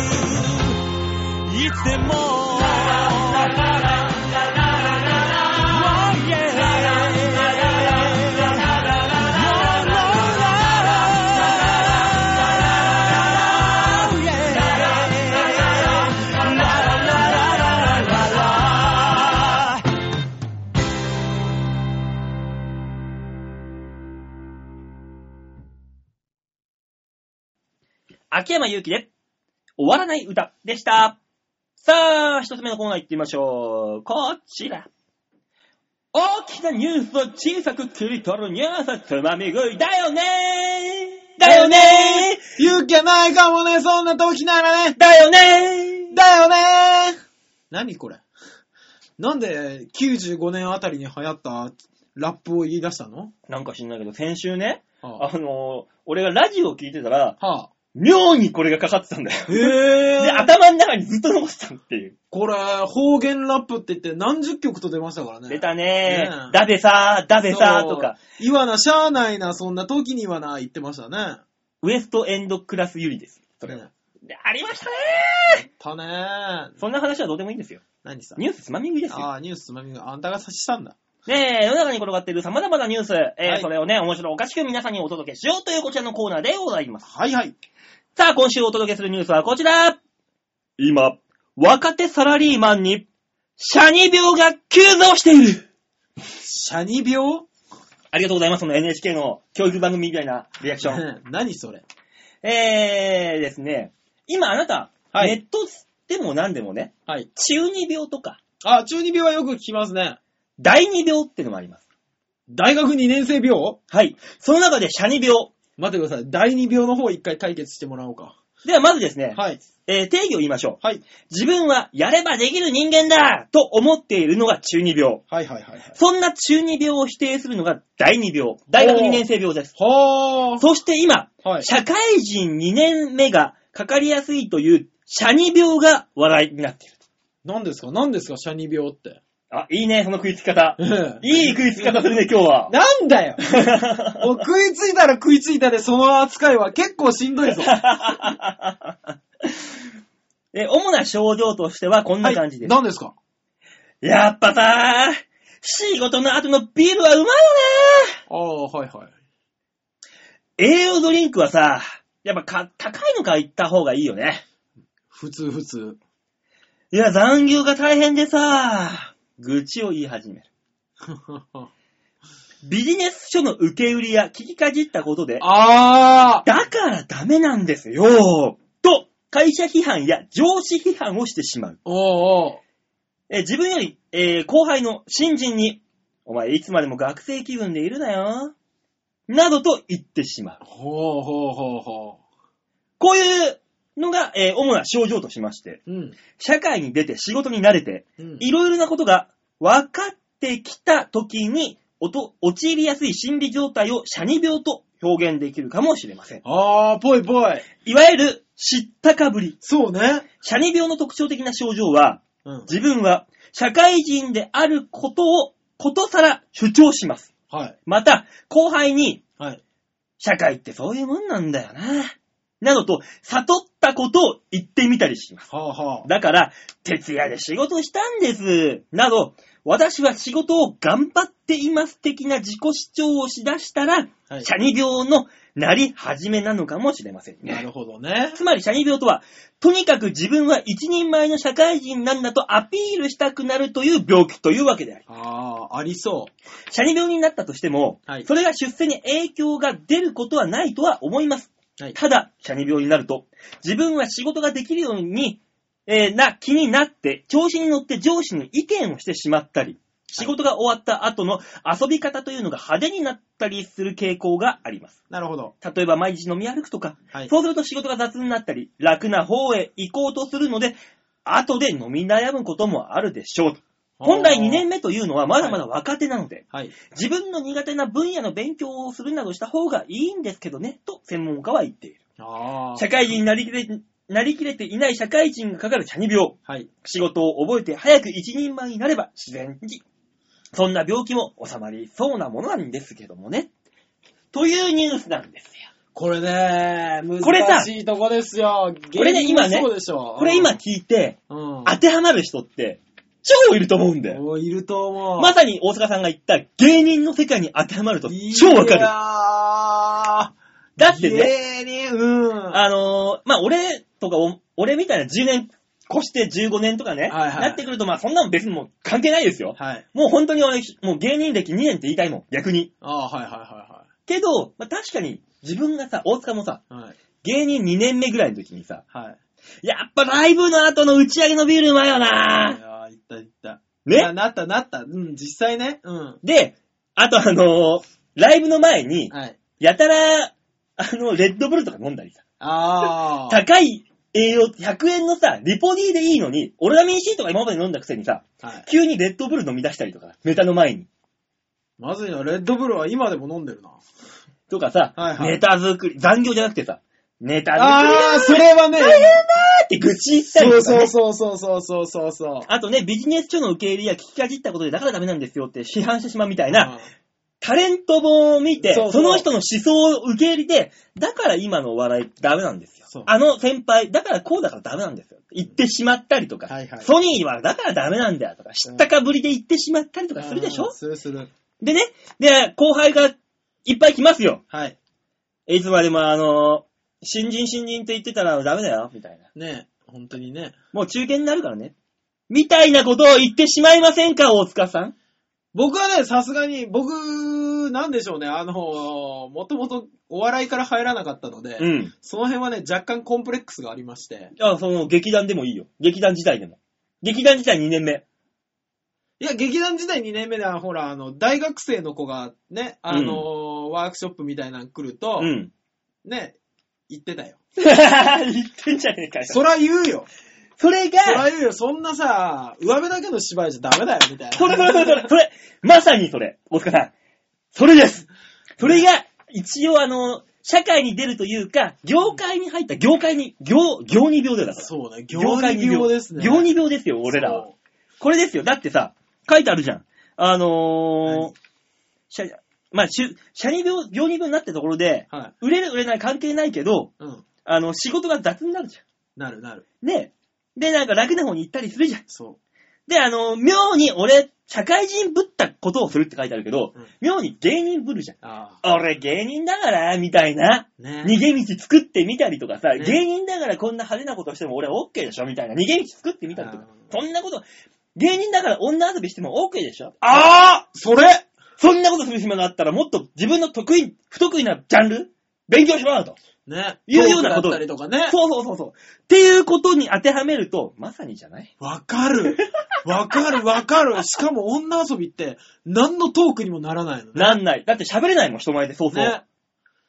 [SPEAKER 1] いつでも
[SPEAKER 2] 秋山祐希で、終わらない歌でした。さあ、一つ目のコーナー行ってみましょう。こちら。大きなニュースを小さく切り取るニュースつまみ食いだよねーだよね
[SPEAKER 3] 勇気はないかもね、そんな時ならね
[SPEAKER 2] ー。だよねー
[SPEAKER 3] だよねー何これなんで95年あたりに流行ったラップを言い出したの
[SPEAKER 2] なんか知んないけど、先週ね、
[SPEAKER 3] はあ
[SPEAKER 2] あのー、俺がラジオを聞いてたら、
[SPEAKER 3] は
[SPEAKER 2] 妙にこれがかかってたんだよ。
[SPEAKER 3] あ、へ
[SPEAKER 2] で、
[SPEAKER 3] えー。
[SPEAKER 2] 頭の中にずっと残してたっていう。
[SPEAKER 3] これ、方言ラップって言って何十曲と出ましたからね。
[SPEAKER 2] 出たね
[SPEAKER 3] ねえ
[SPEAKER 2] ー。だべさー、だべさーとか、
[SPEAKER 3] そう。言わな、しゃあないな、そんな時にはな、言ってましたね。
[SPEAKER 2] ウエストエンドクラスユリです。それは
[SPEAKER 3] ね。
[SPEAKER 2] でありましたねー
[SPEAKER 3] たねー。
[SPEAKER 2] そんな話はどうでもいいんですよ。
[SPEAKER 3] 何さ。
[SPEAKER 2] ニュースつまみ食いです
[SPEAKER 3] あ
[SPEAKER 2] よ。
[SPEAKER 3] あ、ニュースつまみが、あんたが察したんだ。
[SPEAKER 2] ねえ、世の中に転がっている様々なニュース、えー
[SPEAKER 3] はい
[SPEAKER 2] それをね、面白おかしく皆さんにお届けしようというこちらのコーナーでございます。
[SPEAKER 3] はいはい。
[SPEAKER 2] さあ、今週お届けするニュースはこちら今、若手サラリーマンに、シャニ病が急増している
[SPEAKER 3] シャニ病
[SPEAKER 2] ありがとうございます、その NHK の教育番組みたいなリアクション。
[SPEAKER 3] ね何それ
[SPEAKER 2] えーですね、今あなた、
[SPEAKER 3] はい
[SPEAKER 2] ネットでも何でもね、
[SPEAKER 3] はい。
[SPEAKER 2] 中二病とか、
[SPEAKER 3] あ、中二病はよく聞きますね。
[SPEAKER 2] 第二病ってのもあります。
[SPEAKER 3] 大学2年生病
[SPEAKER 2] はい。その中でシャニ病。
[SPEAKER 3] 待ってください。第二病の方一回解決してもらおうか。
[SPEAKER 2] ではまずですね、
[SPEAKER 3] はい。
[SPEAKER 2] えー定義を言いましょう。
[SPEAKER 3] はい。
[SPEAKER 2] 自分はやればできる人間だと思っているのが中二病。
[SPEAKER 3] はいはいはいはい。
[SPEAKER 2] そんな中二病を否定するのが第二病。大学2年生病です。
[SPEAKER 3] は
[SPEAKER 2] そして今、
[SPEAKER 3] あ。はい。
[SPEAKER 2] 社会人2年目がかかりやすいという、シャニ病が話題になっている。
[SPEAKER 3] 何ですか何ですかシャニ病 [laughs] って。
[SPEAKER 2] あ、いいね、その食いつき方。
[SPEAKER 3] ない
[SPEAKER 2] い食いつき方するね、今日は。 [laughs]
[SPEAKER 3] んだ [laughs] よもう食いついたら食いついたで、その扱 [laughs] いは結構しんどいぞ。
[SPEAKER 2] え主な症状としてはこんな感じです。
[SPEAKER 3] はい何ですか
[SPEAKER 2] やっぱさ仕事の後のビールはうまいよね
[SPEAKER 3] ああ、はいはい。
[SPEAKER 2] 栄養ドリンクはさ、やっぱか高いのか行った方がいいよね。
[SPEAKER 3] 普通普 [laughs] 通。
[SPEAKER 2] いや、残業が大変でさ、愚痴を言い始める。ビジネス書の受け売りや聞きかじったことで、
[SPEAKER 3] ああ
[SPEAKER 2] だからダメなんですよと、会社批判や上司批判をしてしまう。
[SPEAKER 3] おうおう
[SPEAKER 2] えー自分より、えー後輩の新人に、お前いつまでも学生気分でいるなよ。などと言ってしまう。
[SPEAKER 3] ほうほうほうほ
[SPEAKER 2] こういうのが、えー主な症状としまして、
[SPEAKER 3] う。うん。
[SPEAKER 2] 社会に出て仕事に慣れて、
[SPEAKER 3] うん
[SPEAKER 2] いろいろなことが分かってきた時に、おと陥りやすい心理状態をシャニ病と表現できるかもしれません。
[SPEAKER 3] ああ、ぽいぽい。
[SPEAKER 2] いわゆる知ったかぶり。
[SPEAKER 3] そうね。
[SPEAKER 2] シャニ病の特徴的な症状は、
[SPEAKER 3] うん。
[SPEAKER 2] 自分は社会人であることをことさら主張します。
[SPEAKER 3] はい。
[SPEAKER 2] また、後輩に、
[SPEAKER 3] はい。
[SPEAKER 2] 社会ってそういうもんなんだよな。などと、悟ったことを言ってみたりします。
[SPEAKER 3] はあはあ。
[SPEAKER 2] だから、徹夜で仕事したんです。など、私は仕事を頑張っています的な自己主張をしだしたら、
[SPEAKER 3] はい
[SPEAKER 2] シャニ病のなり始めなのかもしれません
[SPEAKER 3] な
[SPEAKER 2] ね。
[SPEAKER 3] るほどね。
[SPEAKER 2] つまり、シャニ病とは、とにかく自分は一人前の社会人なんだとアピールしたくなるという病気というわけであります
[SPEAKER 3] ああ、ありそ
[SPEAKER 2] シャニ病になったとしても、
[SPEAKER 3] はい
[SPEAKER 2] それが出世に影響が出ることはないとは思います。
[SPEAKER 3] はい
[SPEAKER 2] ただ、シャニ病になると、自分は仕事ができるように、えーな、気になって、調子に乗って上司の意見をしてしまったり、仕事が終わった後の遊び方というのが派手になったりする傾向があります。
[SPEAKER 3] なるほど。
[SPEAKER 2] 例えば毎日飲み歩くとか、
[SPEAKER 3] はい。
[SPEAKER 2] そうすると仕事が雑になったり、楽な方へ行こうとするので、後で飲み悩むこともあるでしょう。本来2年目というのはまだまだ若手なので、
[SPEAKER 3] はい。
[SPEAKER 2] 自分の苦手な分野の勉強をするなどした方がいいんですけどね、と専門家は言っている。
[SPEAKER 3] あ
[SPEAKER 2] 社会人になりきれ、なりきれていない社会人がかかるチャニ病。
[SPEAKER 3] あ。はい。
[SPEAKER 2] 仕事を覚えて早く一人前になれば自然に。そんな病気も収まりそうなものなんですけどもね。というニュースなんですよ。
[SPEAKER 3] これね、
[SPEAKER 2] これさ
[SPEAKER 3] 難しいとこですよ。
[SPEAKER 2] これね
[SPEAKER 3] 芸人も
[SPEAKER 2] 今ね
[SPEAKER 3] そうでしょ。
[SPEAKER 2] これ今聞いて
[SPEAKER 3] うん、
[SPEAKER 2] 当てはまる人って超いると思うんだ
[SPEAKER 3] うん。
[SPEAKER 2] よ。
[SPEAKER 3] もういると思う。
[SPEAKER 2] まさに大阪さんが言った芸人の世界に当てはまると
[SPEAKER 3] いやー、
[SPEAKER 2] 超わかる。だってね、
[SPEAKER 3] 芸人、うん。
[SPEAKER 2] あのーまあ、俺とかお、俺みたいな10年越して15年とかね、
[SPEAKER 3] はいはい
[SPEAKER 2] なってくると、まあ、そんなの別にもう関係ないですよ。
[SPEAKER 3] はい。
[SPEAKER 2] もう本当に俺、もう芸人歴2年って言いたいもん、逆に。
[SPEAKER 3] ああ、はいは
[SPEAKER 2] けど、まあ、確かに自分がさ、大塚もさ、
[SPEAKER 3] いはいはい。はい。
[SPEAKER 2] 芸人2年目ぐらいの時にさ、
[SPEAKER 3] はい。
[SPEAKER 2] やっぱライブの後の打ち上げのビールうまいよ
[SPEAKER 3] い
[SPEAKER 2] な
[SPEAKER 3] やー、いったいった。な
[SPEAKER 2] ね
[SPEAKER 3] なったなった。うん、実際ね。うん。
[SPEAKER 2] で、あとあのーライブの前に、
[SPEAKER 3] はい。
[SPEAKER 2] やたら、あの、レッドブルとか飲んだりさ、
[SPEAKER 3] ああ。
[SPEAKER 2] 高い栄養、100円のさ、リポディでいいのに、オルナミン C とか今まで飲んだくせにさ、
[SPEAKER 3] はい。
[SPEAKER 2] 急にレッドブル飲み出したりとか、ネタの前に。
[SPEAKER 3] まずいな、レッドブルは今でも飲んでるな。
[SPEAKER 2] とかさ、
[SPEAKER 3] はいはい
[SPEAKER 2] ネタ作り、残業じゃなくてさ、ネタ作り
[SPEAKER 3] ああ、そ
[SPEAKER 2] だー
[SPEAKER 3] れはね、
[SPEAKER 2] って愚痴言ったりと
[SPEAKER 3] そう
[SPEAKER 2] か、ね。
[SPEAKER 3] そうそうそうそうそうそうそう。
[SPEAKER 2] あとね、ビジネス書の受け入れや聞きかじったことでだからダメなんですよって批判してしまうみたいな、タレント本を見て、
[SPEAKER 3] そう
[SPEAKER 2] そ
[SPEAKER 3] そう
[SPEAKER 2] の人の思想を受け入れて、だから今のお笑いダメなんですよ
[SPEAKER 3] そう。
[SPEAKER 2] あの先輩、だからこうだからダメなんですよ。言ってしまったりとか、
[SPEAKER 3] はいはい
[SPEAKER 2] ソニーはだからダメなんだよとか、知ったかぶりで言ってしまったりとかするでし
[SPEAKER 3] うん
[SPEAKER 2] ょ
[SPEAKER 3] するする。
[SPEAKER 2] でね、で、後輩がいっぱい来ますよ。
[SPEAKER 3] はい。
[SPEAKER 2] いつまでもあの、新人新人って言ってたらダメだよ、みたいな。
[SPEAKER 3] ね本当にね。
[SPEAKER 2] もう中堅になるからね。みたいなことを言ってしまいませんか、大塚さん。
[SPEAKER 3] 僕はね、さすがに、僕、なんでしょうね、あのもともとお笑いから入らなかったので、
[SPEAKER 2] ん。
[SPEAKER 3] その辺はね、若干コンプレックスがありまして、
[SPEAKER 2] あ、その、劇団でもいいよ。劇団自体でも。劇団自体2年目。
[SPEAKER 3] いや、劇団時代2年目では、ほら、あの、大学生の子がね、あのワークショップみたいなの来ると、
[SPEAKER 2] うん。 [laughs]
[SPEAKER 3] ね、行ってたよ。
[SPEAKER 2] 言ってんじゃねえかよ。
[SPEAKER 3] そら言うよ。
[SPEAKER 2] それ
[SPEAKER 3] そら
[SPEAKER 2] が、
[SPEAKER 3] 言うよ。そんなさ、上辺だけの芝居じゃダメだよ、みたいな。
[SPEAKER 2] それそれそれそれ、それ、まさにそれ、大塚さん。それです。それが、一応あの、社会に出るというか、業界に入った、業界に、業、業に病だよだから。
[SPEAKER 3] そうね、業に病ですね。
[SPEAKER 2] 業に病ですよ、俺らは。
[SPEAKER 3] そ
[SPEAKER 2] これですよ。だってさ、書いてあるじゃん。あのー
[SPEAKER 3] 何、
[SPEAKER 2] 社、まあ、しゅ社に病、病に病になったところで、
[SPEAKER 3] う。はい。
[SPEAKER 2] 売れる売れない関係ないけど、
[SPEAKER 3] うん。
[SPEAKER 2] あの、仕事が雑になるじ
[SPEAKER 3] なるなる。
[SPEAKER 2] ゃん。ねで、なんか楽な方に行ったりするじゃん。
[SPEAKER 3] そ
[SPEAKER 2] で、あの、妙に俺、社会人ぶったことをするって書いてあるけど、
[SPEAKER 3] うん
[SPEAKER 2] 妙に芸人ぶるじゃん。
[SPEAKER 3] う。あ
[SPEAKER 2] 俺芸人だから、みたいな。
[SPEAKER 3] あ。ね
[SPEAKER 2] 逃げ道作ってみたりとかさ、
[SPEAKER 3] ね
[SPEAKER 2] 芸人だからこんな派手なことしても俺 OK でしょみたいな。逃げ道作ってみたりとか。
[SPEAKER 3] あー
[SPEAKER 2] そんなこと、芸人だから女遊びしても OK でしょああ
[SPEAKER 3] それ
[SPEAKER 2] そんなことする暇があったらもっと自分の得意、不得意なジャンル勉強しろよ
[SPEAKER 3] [laughs]
[SPEAKER 2] と。
[SPEAKER 3] ね。
[SPEAKER 2] 言うようなこと
[SPEAKER 3] トークだったりとかね。
[SPEAKER 2] そうそうそうそう。っていうことに当てはめると、まさにじゃない
[SPEAKER 3] わかる。わかる、わかる。しかも女遊びって、何のトークにもならないのね。
[SPEAKER 2] なんない。だって喋れないもん、人前で、そうそう。
[SPEAKER 3] ね。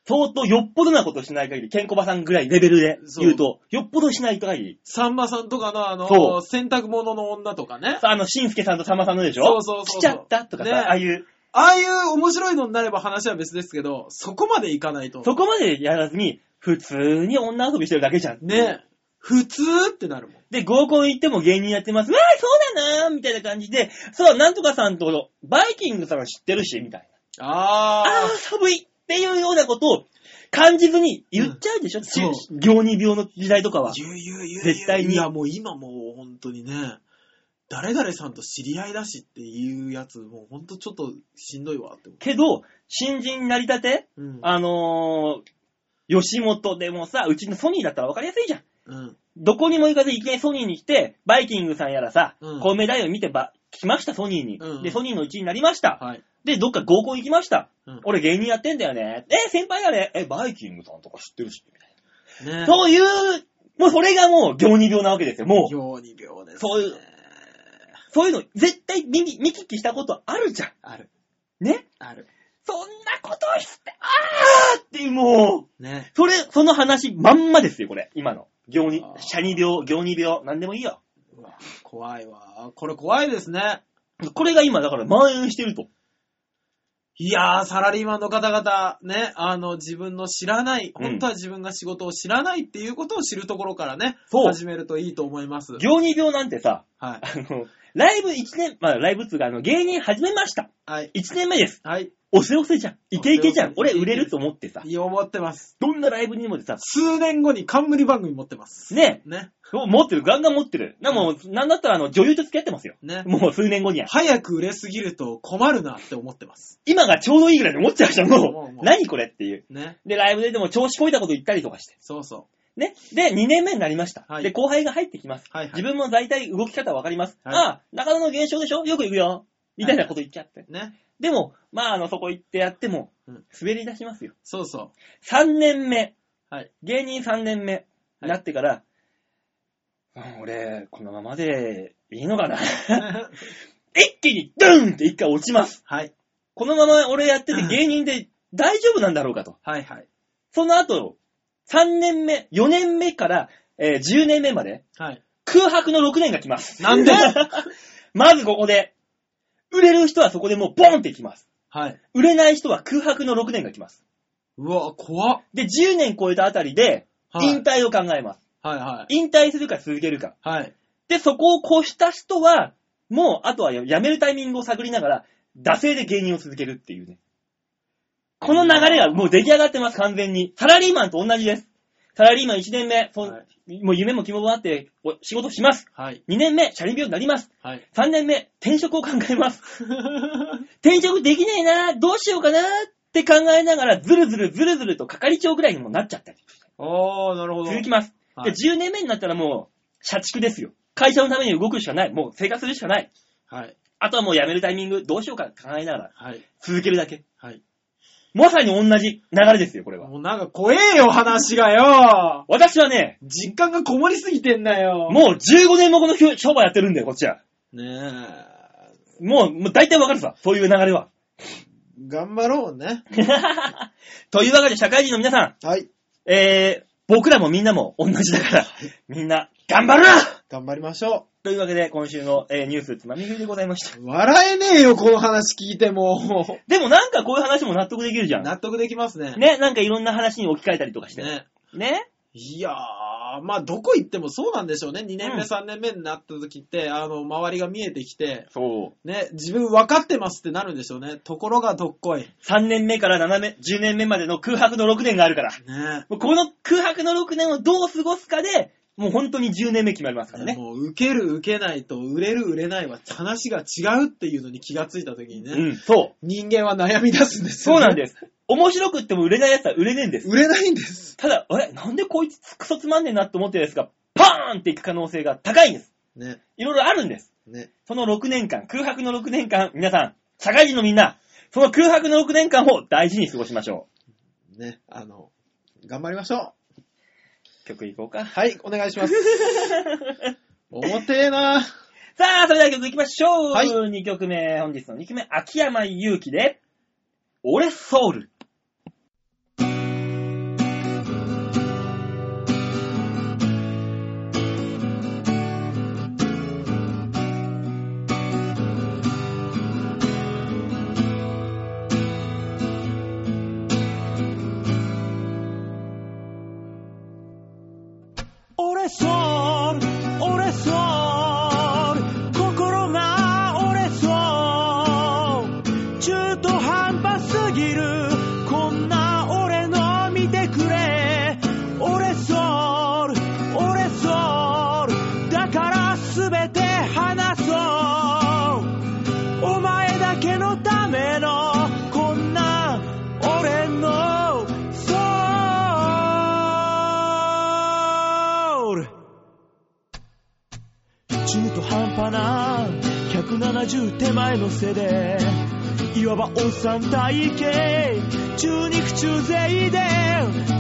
[SPEAKER 2] 相当よっぽどなことしない限り、ケンコバさんぐらいレベルで言うと、よっぽどしない限り。
[SPEAKER 3] さんまさんとかの、あ
[SPEAKER 2] そ
[SPEAKER 3] の、
[SPEAKER 2] う
[SPEAKER 3] 洗濯物の女とかね。
[SPEAKER 2] さあの、しんすけさんとさんまさんのでしょ
[SPEAKER 3] そうそうそうそう
[SPEAKER 2] 来ちゃったとかさ、
[SPEAKER 3] ね
[SPEAKER 2] ああいう、
[SPEAKER 3] ああいう面白いのになれば話は別ですけど、そこまでいかないと。
[SPEAKER 2] そこまでやらずに、普通に女遊びしてるだけじゃん。
[SPEAKER 3] ね普通ってなるもん。
[SPEAKER 2] で、合コン行っても芸人やってます。わあ、そうだなーみたいな感じで、そう、なんとかさんと、バイキングさんは知ってるし、みたいな。あ
[SPEAKER 3] あ
[SPEAKER 2] ー、寒いっていうようなことを感じずに言っちゃうでしょ、
[SPEAKER 3] そう
[SPEAKER 2] 行に病の時代とか
[SPEAKER 3] あ
[SPEAKER 2] は。
[SPEAKER 3] 言う言う言う言う
[SPEAKER 2] 絶対に
[SPEAKER 3] いや、もう今もう本当にね、誰々さんと知り合いだしっていうやつ、もう本当ちょっとしんどいわって思
[SPEAKER 2] けど、新人になりたて、
[SPEAKER 3] う。うん。
[SPEAKER 2] あのー、吉本でもさ、うちのソニーだったら分かりやすいじゃん。
[SPEAKER 3] うん。
[SPEAKER 2] どこにも行かずいきなりソニーに来て、バイキングさんやらさ、
[SPEAKER 3] うん
[SPEAKER 2] コウメ太夫見てば、来ました、ソニーに。
[SPEAKER 3] うんうん
[SPEAKER 2] で、ソニーのうちになりました。
[SPEAKER 3] はい。
[SPEAKER 2] で、どっか合コン行きました。
[SPEAKER 3] うん
[SPEAKER 2] 俺芸人やってんだよね。え、先輩あれえ、バイキングさんとか知ってるし。
[SPEAKER 3] ね
[SPEAKER 2] そういう、もうそれがもう、行に病なわけですよ。もう、
[SPEAKER 3] 病に病です、ね。
[SPEAKER 2] そういうそういうの絶対見に見聞きしたことあるじゃん。
[SPEAKER 3] ある。
[SPEAKER 2] ね
[SPEAKER 3] ある。
[SPEAKER 2] そんなことをして、あーってもう、
[SPEAKER 3] ね。
[SPEAKER 2] それ、その話まんまですよ、これ。今の。行に
[SPEAKER 3] あ、ー
[SPEAKER 2] シャニ病、行に病、なんでもいいよ。
[SPEAKER 3] うわ怖いわ。これ怖いですね。
[SPEAKER 2] これが今、だから蔓延してると。
[SPEAKER 3] いやー、サラリーマンの方々、ね、あの、自分の知らない、
[SPEAKER 2] うん
[SPEAKER 3] 本当は自分が仕事を知らないっていうことを知るところからね、
[SPEAKER 2] そう
[SPEAKER 3] 始めるといいと思います。
[SPEAKER 2] 行に病なんてさ、
[SPEAKER 3] はい。
[SPEAKER 2] あの、ライブ1年、まあライブっつうか、あの、芸人始めました。
[SPEAKER 3] はい。
[SPEAKER 2] 1年目です。
[SPEAKER 3] はい。
[SPEAKER 2] おせおせじゃん。イケイケじゃん。
[SPEAKER 3] お
[SPEAKER 2] 俺
[SPEAKER 3] せおせ
[SPEAKER 2] 売れると思ってさ、
[SPEAKER 3] いい思ってます。
[SPEAKER 2] どんなライブにもでさ、
[SPEAKER 3] 数年後に冠番組持ってます。
[SPEAKER 2] ね、
[SPEAKER 3] ね。
[SPEAKER 2] そう持ってる、ガンガン持ってる。な、もう、なんだったらあの、女優と付き合ってますよ。
[SPEAKER 3] ね。
[SPEAKER 2] もう数年後には。
[SPEAKER 3] 早く売れすぎると困るなって思ってます。
[SPEAKER 2] 今がちょうどいいぐらいで思っちゃう人も
[SPEAKER 3] もうも
[SPEAKER 2] う、
[SPEAKER 3] う
[SPEAKER 2] 何これっていう。
[SPEAKER 3] ね。
[SPEAKER 2] で、ライブででも調子こいたこと言ったりとかして。
[SPEAKER 3] そうそ
[SPEAKER 2] ね。で、2年目になりました。
[SPEAKER 3] はい
[SPEAKER 2] で、後輩が入ってきます。
[SPEAKER 3] はいはい
[SPEAKER 2] [laughs] 自分も大体動き方わかります。
[SPEAKER 3] はい
[SPEAKER 2] ああ、中野の現象でしょよく行くよ。みたいなこと言っちゃって。
[SPEAKER 3] う。ね。
[SPEAKER 2] でも、まあ、あの、そこ行ってやっても
[SPEAKER 3] うん、
[SPEAKER 2] 滑り出しますよ。
[SPEAKER 3] そうそ
[SPEAKER 2] 3年目。
[SPEAKER 3] はい
[SPEAKER 2] 芸人3年目。
[SPEAKER 3] はい
[SPEAKER 2] なってから、うん俺、このままでいいのかな [laughs]
[SPEAKER 3] [laughs] う。
[SPEAKER 2] 一気に、ドゥンって一回落ちます。
[SPEAKER 3] はい。
[SPEAKER 2] このまま俺やってて芸人で大丈夫なんだろうかと。
[SPEAKER 3] はいはい。
[SPEAKER 2] その後、3年目、4年目から、えー10年目まで、
[SPEAKER 3] はい。
[SPEAKER 2] 空白の6年が来ます。
[SPEAKER 3] なんで
[SPEAKER 2] [laughs] まずここで、売れる人はそこでもうボンって来ます。
[SPEAKER 3] はい。
[SPEAKER 2] 売れない人は空白の6年が来ます。
[SPEAKER 3] うわ、怖っ。
[SPEAKER 2] で、10年超えたあたりで、
[SPEAKER 3] はい。
[SPEAKER 2] 引退を考えます。
[SPEAKER 3] はいはい。
[SPEAKER 2] 引退するか続けるか。
[SPEAKER 3] はい。
[SPEAKER 2] で、そこを越した人は、もう、あとはやめるタイミングを探りながら、惰性で芸人を続けるっていうね。この流れがもう出来上がってます、完全に。サラリーマンと同じです。サラリーマン1年目、そん
[SPEAKER 3] は
[SPEAKER 2] もう夢も希望もあって、お仕事します。
[SPEAKER 3] はい。
[SPEAKER 2] 2年目、チャリン病になります。
[SPEAKER 3] はい。
[SPEAKER 2] 3年目、転職を考えます。転職できねえな、どうしようかなって考えながら、ずるずるずるずると係長ぐらいにもなっちゃったり。
[SPEAKER 3] [laughs] おー、なるほど。
[SPEAKER 2] 続きます。
[SPEAKER 3] は
[SPEAKER 2] で、
[SPEAKER 3] い
[SPEAKER 2] 10年目になったらもう、社畜ですよ。会社のために動くしかない。もう生活するしかない。
[SPEAKER 3] はい。
[SPEAKER 2] あとはもう辞めるタイミング、どうしようか考えながら、
[SPEAKER 3] はい。
[SPEAKER 2] 続けるだけ。
[SPEAKER 3] はい。
[SPEAKER 2] まさに同じ流れですよ、これは。
[SPEAKER 3] もうなんか怖えよ、話がよ。
[SPEAKER 2] 私はね、
[SPEAKER 3] 実感がこもりすぎてんだよ。
[SPEAKER 2] もう15年もこの商商売やってるんだよ、こっちは。
[SPEAKER 3] ねえ。
[SPEAKER 2] もう、もう大体わかるさ、そういう流れ
[SPEAKER 3] [laughs]
[SPEAKER 2] は。
[SPEAKER 3] 頑張ろうね。
[SPEAKER 2] というわけで、社会人の皆さ
[SPEAKER 3] はい。
[SPEAKER 2] ん、えー、僕らもみんなも同じだから、みんな、頑張るな
[SPEAKER 3] 頑張りましょ
[SPEAKER 2] というわけで、今週の、えーニュースつまみ食いでございました。
[SPEAKER 3] う。笑えねえよ、この話聞いても。
[SPEAKER 2] でもなんかこういう話も納得できるじゃん。
[SPEAKER 3] 納得できますね。
[SPEAKER 2] ね、なんかいろんな話に置き換えたりとかして。ね。
[SPEAKER 3] ねいやー、まあ、どこ行ってもそうなんでしょうね。2年目、
[SPEAKER 2] うん
[SPEAKER 3] 3年目になった時って、あの、周りが見えてきて、
[SPEAKER 2] そう。
[SPEAKER 3] ね、自分分かってますってなるんでしょうね。ところがどっこい。
[SPEAKER 2] 3年目から7年、10年目までの空白の6年があるから。
[SPEAKER 3] ね
[SPEAKER 2] もうこの空白の6年をどう過ごすかで、もう本当に10年目決まりますからね。
[SPEAKER 3] もう、受ける、受けないと、売れる、売れないは話が違うっていうのに気がついた時にね、
[SPEAKER 2] うん、そう。
[SPEAKER 3] 人間は悩み出すんです
[SPEAKER 2] そ
[SPEAKER 3] よ、
[SPEAKER 2] うなん
[SPEAKER 3] す。
[SPEAKER 2] です。面白くっても売れないやつは売れねえんです。
[SPEAKER 3] 売れないんです。
[SPEAKER 2] ただ、あれなんでこいつクソつまんねえなって思ってるんですが、パーンっていく可能性が高いんです。
[SPEAKER 3] ね、
[SPEAKER 2] いろいろあるんです。
[SPEAKER 3] ね。
[SPEAKER 2] その6年間、空白の6年間、皆さん、社会人のみんな、その空白の6年間を大事に過ごしましょ
[SPEAKER 3] ね、あの、頑張りましょ
[SPEAKER 2] う。曲いこう
[SPEAKER 3] う。
[SPEAKER 2] か。
[SPEAKER 3] はい、お願いし
[SPEAKER 2] [laughs]
[SPEAKER 3] ます。重てえな
[SPEAKER 2] さあ、それでは曲いきましょう。
[SPEAKER 3] はい
[SPEAKER 2] 2曲目、本日の2曲目、秋山祐希で、俺ソウル。
[SPEAKER 1] 俺ソウル俺ソウル心が俺ソウル中途半端すぎるこんな俺の見てくれ俺ソウル俺ソウルだから全て話そうお前だけのためのこんな俺のソウル中途半端な170手前の背でいわばおっさん体型中肉中背で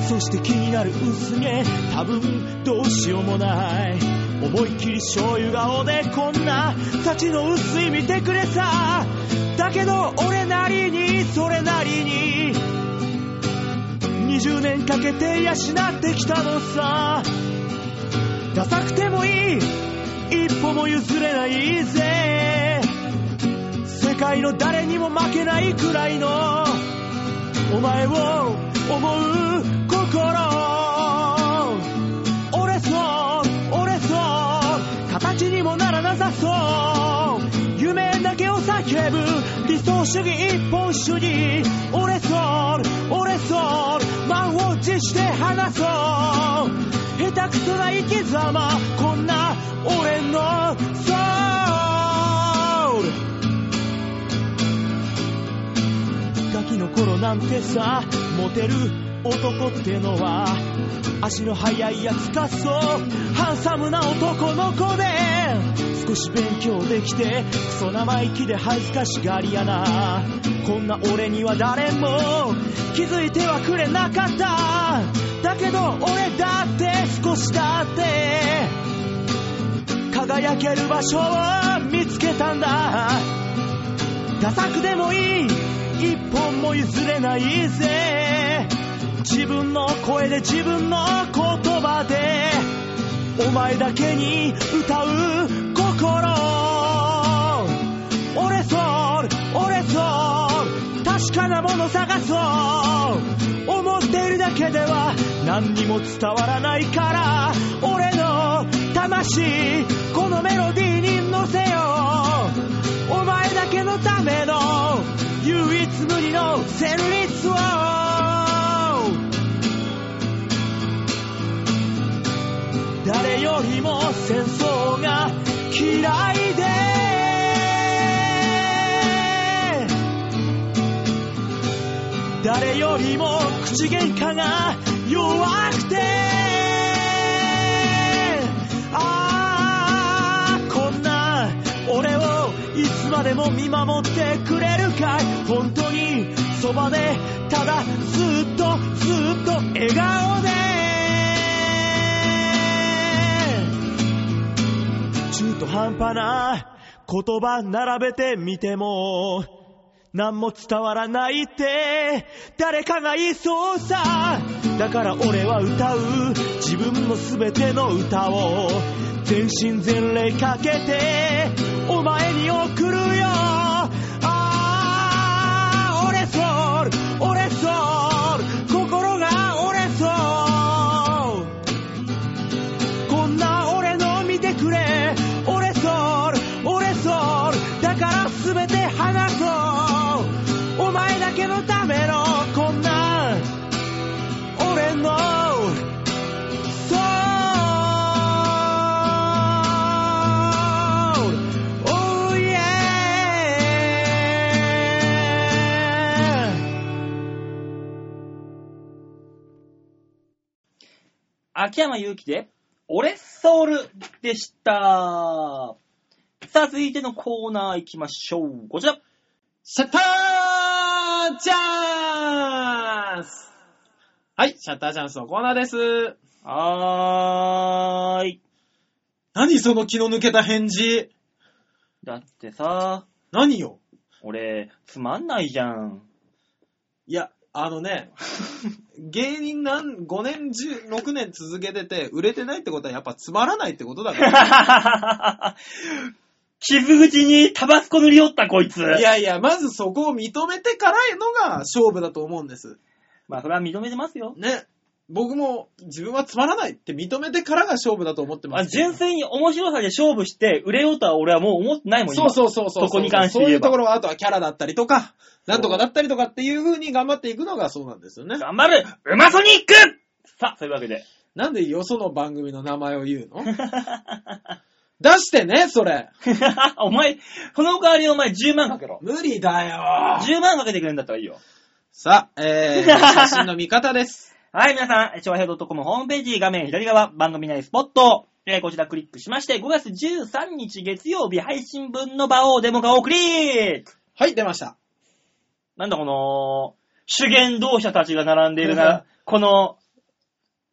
[SPEAKER 1] そして気になる薄毛多分どうしようもない思いっきり醤油顔でこんな幸の薄い見てくれさだけど俺なりにそれなりに20年かけて養ってきたのさダサくてもいい一歩も譲れないぜ世界の誰にも負けないくらいのお前を思う心折れそう折れそう形にもならなさそう夢だけを叫ぶ理想主義一本主義折れそう折れそう満を持して話そう下手くそな生き様こんな俺のソウルガキの頃なんてさモテる男ってのは足の速いやつかそうハンサムな男の子で少し勉強できてクソ生意気で恥ずかしがりやなこんな俺には誰も気づいてはくれなかっただけど俺だって少しだって輝ける場所を見つけたんだダサくでもいい一本も譲れないぜ自分の声で自分の言葉でお前だけに歌う心俺そう俺そう確かなもの探そう思っているだけでは何にも伝わらないから俺の魂このメロディーに乗せようお前だけのための唯一無二の旋律を誰よりも戦争が嫌いで誰よりも口喧嘩が弱くてああこんな俺をいつまでも見守ってくれるかい本当にそばでただずっとずっと笑顔で中途半端な言葉並べてみても何も伝わらないって誰かが言いそうさだから俺は歌う自分の全ての歌を全身全霊かけてお前に送るよああ俺ソウル俺ソウル心が俺ソウルこんな俺の見てくれ俺ソウル俺ソウルだから全て話そうお前だけのためのこんな俺のソウル Oh yeah
[SPEAKER 2] 秋山祐希で、俺ソウルでした。さあ、続いてのコーナー行きましょう。こちら。
[SPEAKER 3] シャッターチャンスはい、シャッターチャンスのコーナーです。
[SPEAKER 2] はーい。
[SPEAKER 3] 何その気の抜けた返事
[SPEAKER 2] だってさ、
[SPEAKER 3] 何よ
[SPEAKER 2] 俺、つまんないじゃん。
[SPEAKER 3] いや、あのね、芸人なん5年、10 6年続けてて、売れてないってことはやっぱつまらないってことだ [laughs] か
[SPEAKER 2] [laughs] 傷口にタバスコ塗りおった、こいつ。
[SPEAKER 3] ら。いやいや、まずそこを認めてからのが勝負だと思うんです。
[SPEAKER 2] まあ、それは認めてますよ。
[SPEAKER 3] ね。僕も自分はつまらないって認めてからが勝負だと思って
[SPEAKER 2] ま
[SPEAKER 3] ま
[SPEAKER 2] あ、
[SPEAKER 3] すけど。
[SPEAKER 2] 純粋に面白さで勝負して、売れようとは俺はもう思ってないもん、
[SPEAKER 3] そう
[SPEAKER 2] 今
[SPEAKER 3] そうそうそう。
[SPEAKER 2] そこに関して
[SPEAKER 3] そう
[SPEAKER 2] 言
[SPEAKER 3] い
[SPEAKER 2] え
[SPEAKER 3] う
[SPEAKER 2] ば
[SPEAKER 3] ところは、あとはキャラだったりとか、なんとかだったりとかっていう風に頑張っていくのがそうなんですよね。
[SPEAKER 2] 頑張るうまソニックさあ、そういうわけで。 [laughs]
[SPEAKER 3] なんでよその番組の名前を言うの出してね、それ。
[SPEAKER 2] お前、その代わりお前10万かけろ。
[SPEAKER 3] 無理だよ。
[SPEAKER 2] 10万かけてくれるんだったらいいよ。
[SPEAKER 3] さあ、
[SPEAKER 2] [laughs]
[SPEAKER 3] えー、写真の見方です。
[SPEAKER 2] はい、皆さん、超平洋 .com ホームページ画面左側、番組内スポット、えーこちらクリックしまして、5月13日月曜日配信分の場をデモがおクリック
[SPEAKER 3] はい、出ました。
[SPEAKER 2] なんだこの、主言同者たちが並んでいるな、この、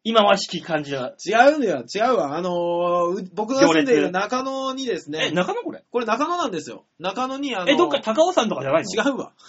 [SPEAKER 2] 忌まわしき感じが。
[SPEAKER 3] 違うのよ、違うわ。あのーう僕が住んでいる中野にです
[SPEAKER 2] え、
[SPEAKER 3] ね、
[SPEAKER 2] 中野これ
[SPEAKER 3] これ中野なんですよ。中野にあのー
[SPEAKER 2] え、どっか高尾山とかじゃないの
[SPEAKER 3] 違うわ。 [laughs]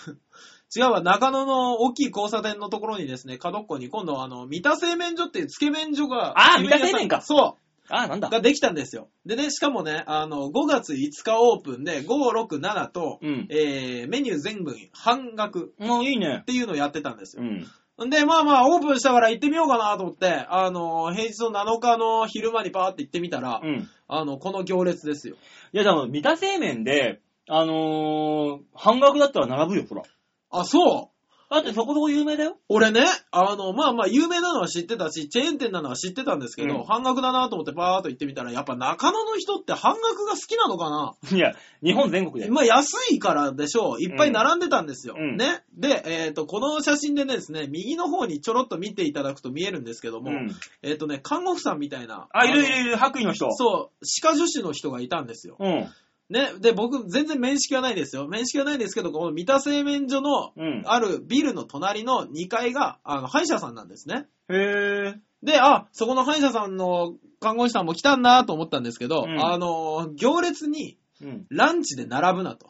[SPEAKER 3] 違うわ、中野の大きい交差点のところにですね、角っこに今度あの、三田製麺所っていうつけ麺所が、
[SPEAKER 2] あー
[SPEAKER 3] つけ
[SPEAKER 2] 三
[SPEAKER 3] 屋さん
[SPEAKER 2] 田製麺か
[SPEAKER 3] そ
[SPEAKER 2] あ、なん
[SPEAKER 3] う、
[SPEAKER 2] だ。
[SPEAKER 3] ができたんですよ。でね、しかもね、あの、5月5日オープンで、5、6、7と、
[SPEAKER 2] うん。
[SPEAKER 3] えー、メニュー全部半額
[SPEAKER 2] もういいね
[SPEAKER 3] っ。ていうのをやってたんですよ
[SPEAKER 2] う。ん。
[SPEAKER 3] んで、まあまあ、オープンしたから行ってみようかなと思って、あの、平日の7日の昼間にパーって行ってみたら、
[SPEAKER 2] うん。
[SPEAKER 3] あの、この行列ですよ。
[SPEAKER 2] いや、でも、三田製麺で、あのー、半額だったら並ぶよ、ほら。
[SPEAKER 3] あ、そう
[SPEAKER 2] だってそこそこ有名だよ。 [laughs]
[SPEAKER 3] 俺ね、あの、まあまあ、有名なのは知ってたし、チェーン店なのは知ってたんですけど、
[SPEAKER 2] うん
[SPEAKER 3] 半額だなと思ってパーっと行ってみたら、やっぱ中野の人って半額が好きなのかない
[SPEAKER 2] や、日本全国で。
[SPEAKER 3] まあ、安いからでしょう。いっぱい並んでたんですよ。
[SPEAKER 2] うん
[SPEAKER 3] ね。で、えっ、と、この写真でねですね、右の方にちょろっと見ていただくと見えるんですけども、
[SPEAKER 2] うん。
[SPEAKER 3] えっ、とね、看護婦さんみたいな。
[SPEAKER 2] あ、いるい
[SPEAKER 3] あ
[SPEAKER 2] るいる、白衣の人。
[SPEAKER 3] のそう、歯科助手の人がいたんですよ。
[SPEAKER 2] う。うん。
[SPEAKER 3] ね。で、僕、全然面識はないですよ。面識はないですけど、この三田製麺所の、
[SPEAKER 2] うん。
[SPEAKER 3] あるビルの隣の2階が、あの、歯医者さんなんですね。
[SPEAKER 2] へえ。
[SPEAKER 3] で、あ、そこの歯医者さんの看護師さんも来たんなと思ったんですけど、
[SPEAKER 2] うん
[SPEAKER 3] あの、行列に
[SPEAKER 2] うん。 [laughs]
[SPEAKER 3] ランチで並ぶなと。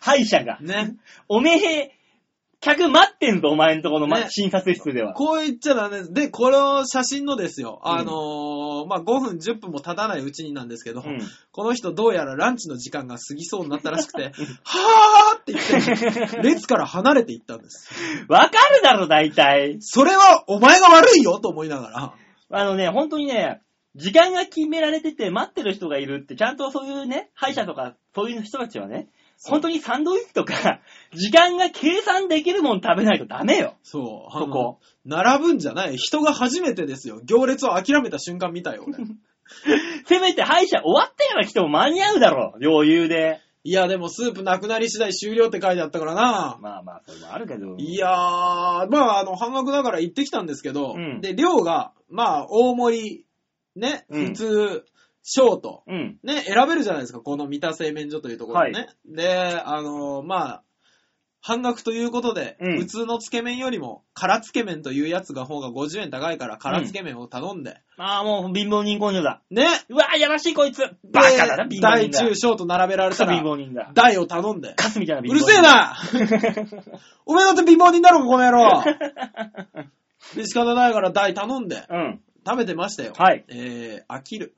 [SPEAKER 2] 歯医者が。
[SPEAKER 3] ね。
[SPEAKER 2] おめえ、客待ってんぞ、お前んとこの、ま
[SPEAKER 3] ね
[SPEAKER 2] 診察室では。
[SPEAKER 3] こう言っちゃダメです。で、この写真のですよ、あのまあ、5分、10分も経たないうちになんですけど、
[SPEAKER 2] うん。 [laughs]
[SPEAKER 3] この人どうやらランチの時間が過ぎそうになったらしくて、はーって言って、列から離れていったんです。
[SPEAKER 2] わかるだろ、大体。
[SPEAKER 3] それはお前が悪いよと思いながら。
[SPEAKER 2] あのね、本当にね、時間が決められてて待ってる人がいるって、ちゃんとそういうね、歯医者とか、そういう人たちはね、
[SPEAKER 3] そう
[SPEAKER 2] 本当にサンドイッチとか、 [laughs] 時間が計算できるもん食べないとダメよ。
[SPEAKER 3] そう。あ
[SPEAKER 2] そ
[SPEAKER 3] の
[SPEAKER 2] こ。
[SPEAKER 3] 並ぶんじゃない。人が初めてですよ。行列を諦めた瞬間見たよ、俺。
[SPEAKER 2] せめて歯医者終わってから来ても間に合うだろう、余裕で。
[SPEAKER 3] いや、でもスープなくなり次第終了って書いてあったからな。
[SPEAKER 2] まあまあ、それもあるけど。
[SPEAKER 3] いやー、まあ、あの、半額だから行ってきたんですけど、
[SPEAKER 2] うん
[SPEAKER 3] で、量が、まあ、大盛り、ね、
[SPEAKER 2] うん
[SPEAKER 3] 普通、ショート、
[SPEAKER 2] うん。
[SPEAKER 3] ね、選べるじゃないですか、この三田製麺所というところでね。で、あのーまあ、半額ということで、
[SPEAKER 2] うん
[SPEAKER 3] 普通のつけ麺よりも、辛つけ麺というやつが方が50円高いから、辛つけ麺を頼んで、
[SPEAKER 2] ああ、もう貧乏人根性だ。
[SPEAKER 3] ね、
[SPEAKER 2] うわー、やらしいこいつ。バカだな、
[SPEAKER 3] で
[SPEAKER 2] 貧乏
[SPEAKER 3] 大
[SPEAKER 2] 人だ。
[SPEAKER 3] 中小と並べられた
[SPEAKER 2] 貧
[SPEAKER 3] ら、
[SPEAKER 2] 乏人だ。
[SPEAKER 3] 大を頼んで、
[SPEAKER 2] カスみたいな貧
[SPEAKER 3] う
[SPEAKER 2] 乏
[SPEAKER 3] る
[SPEAKER 2] 人。
[SPEAKER 3] せえなおめえだって貧乏人だろ、この野 [laughs] 郎で、仕方ないから大頼んで、
[SPEAKER 2] うん。
[SPEAKER 3] 食べてましたよ。
[SPEAKER 2] はい。
[SPEAKER 3] えー、飽きる。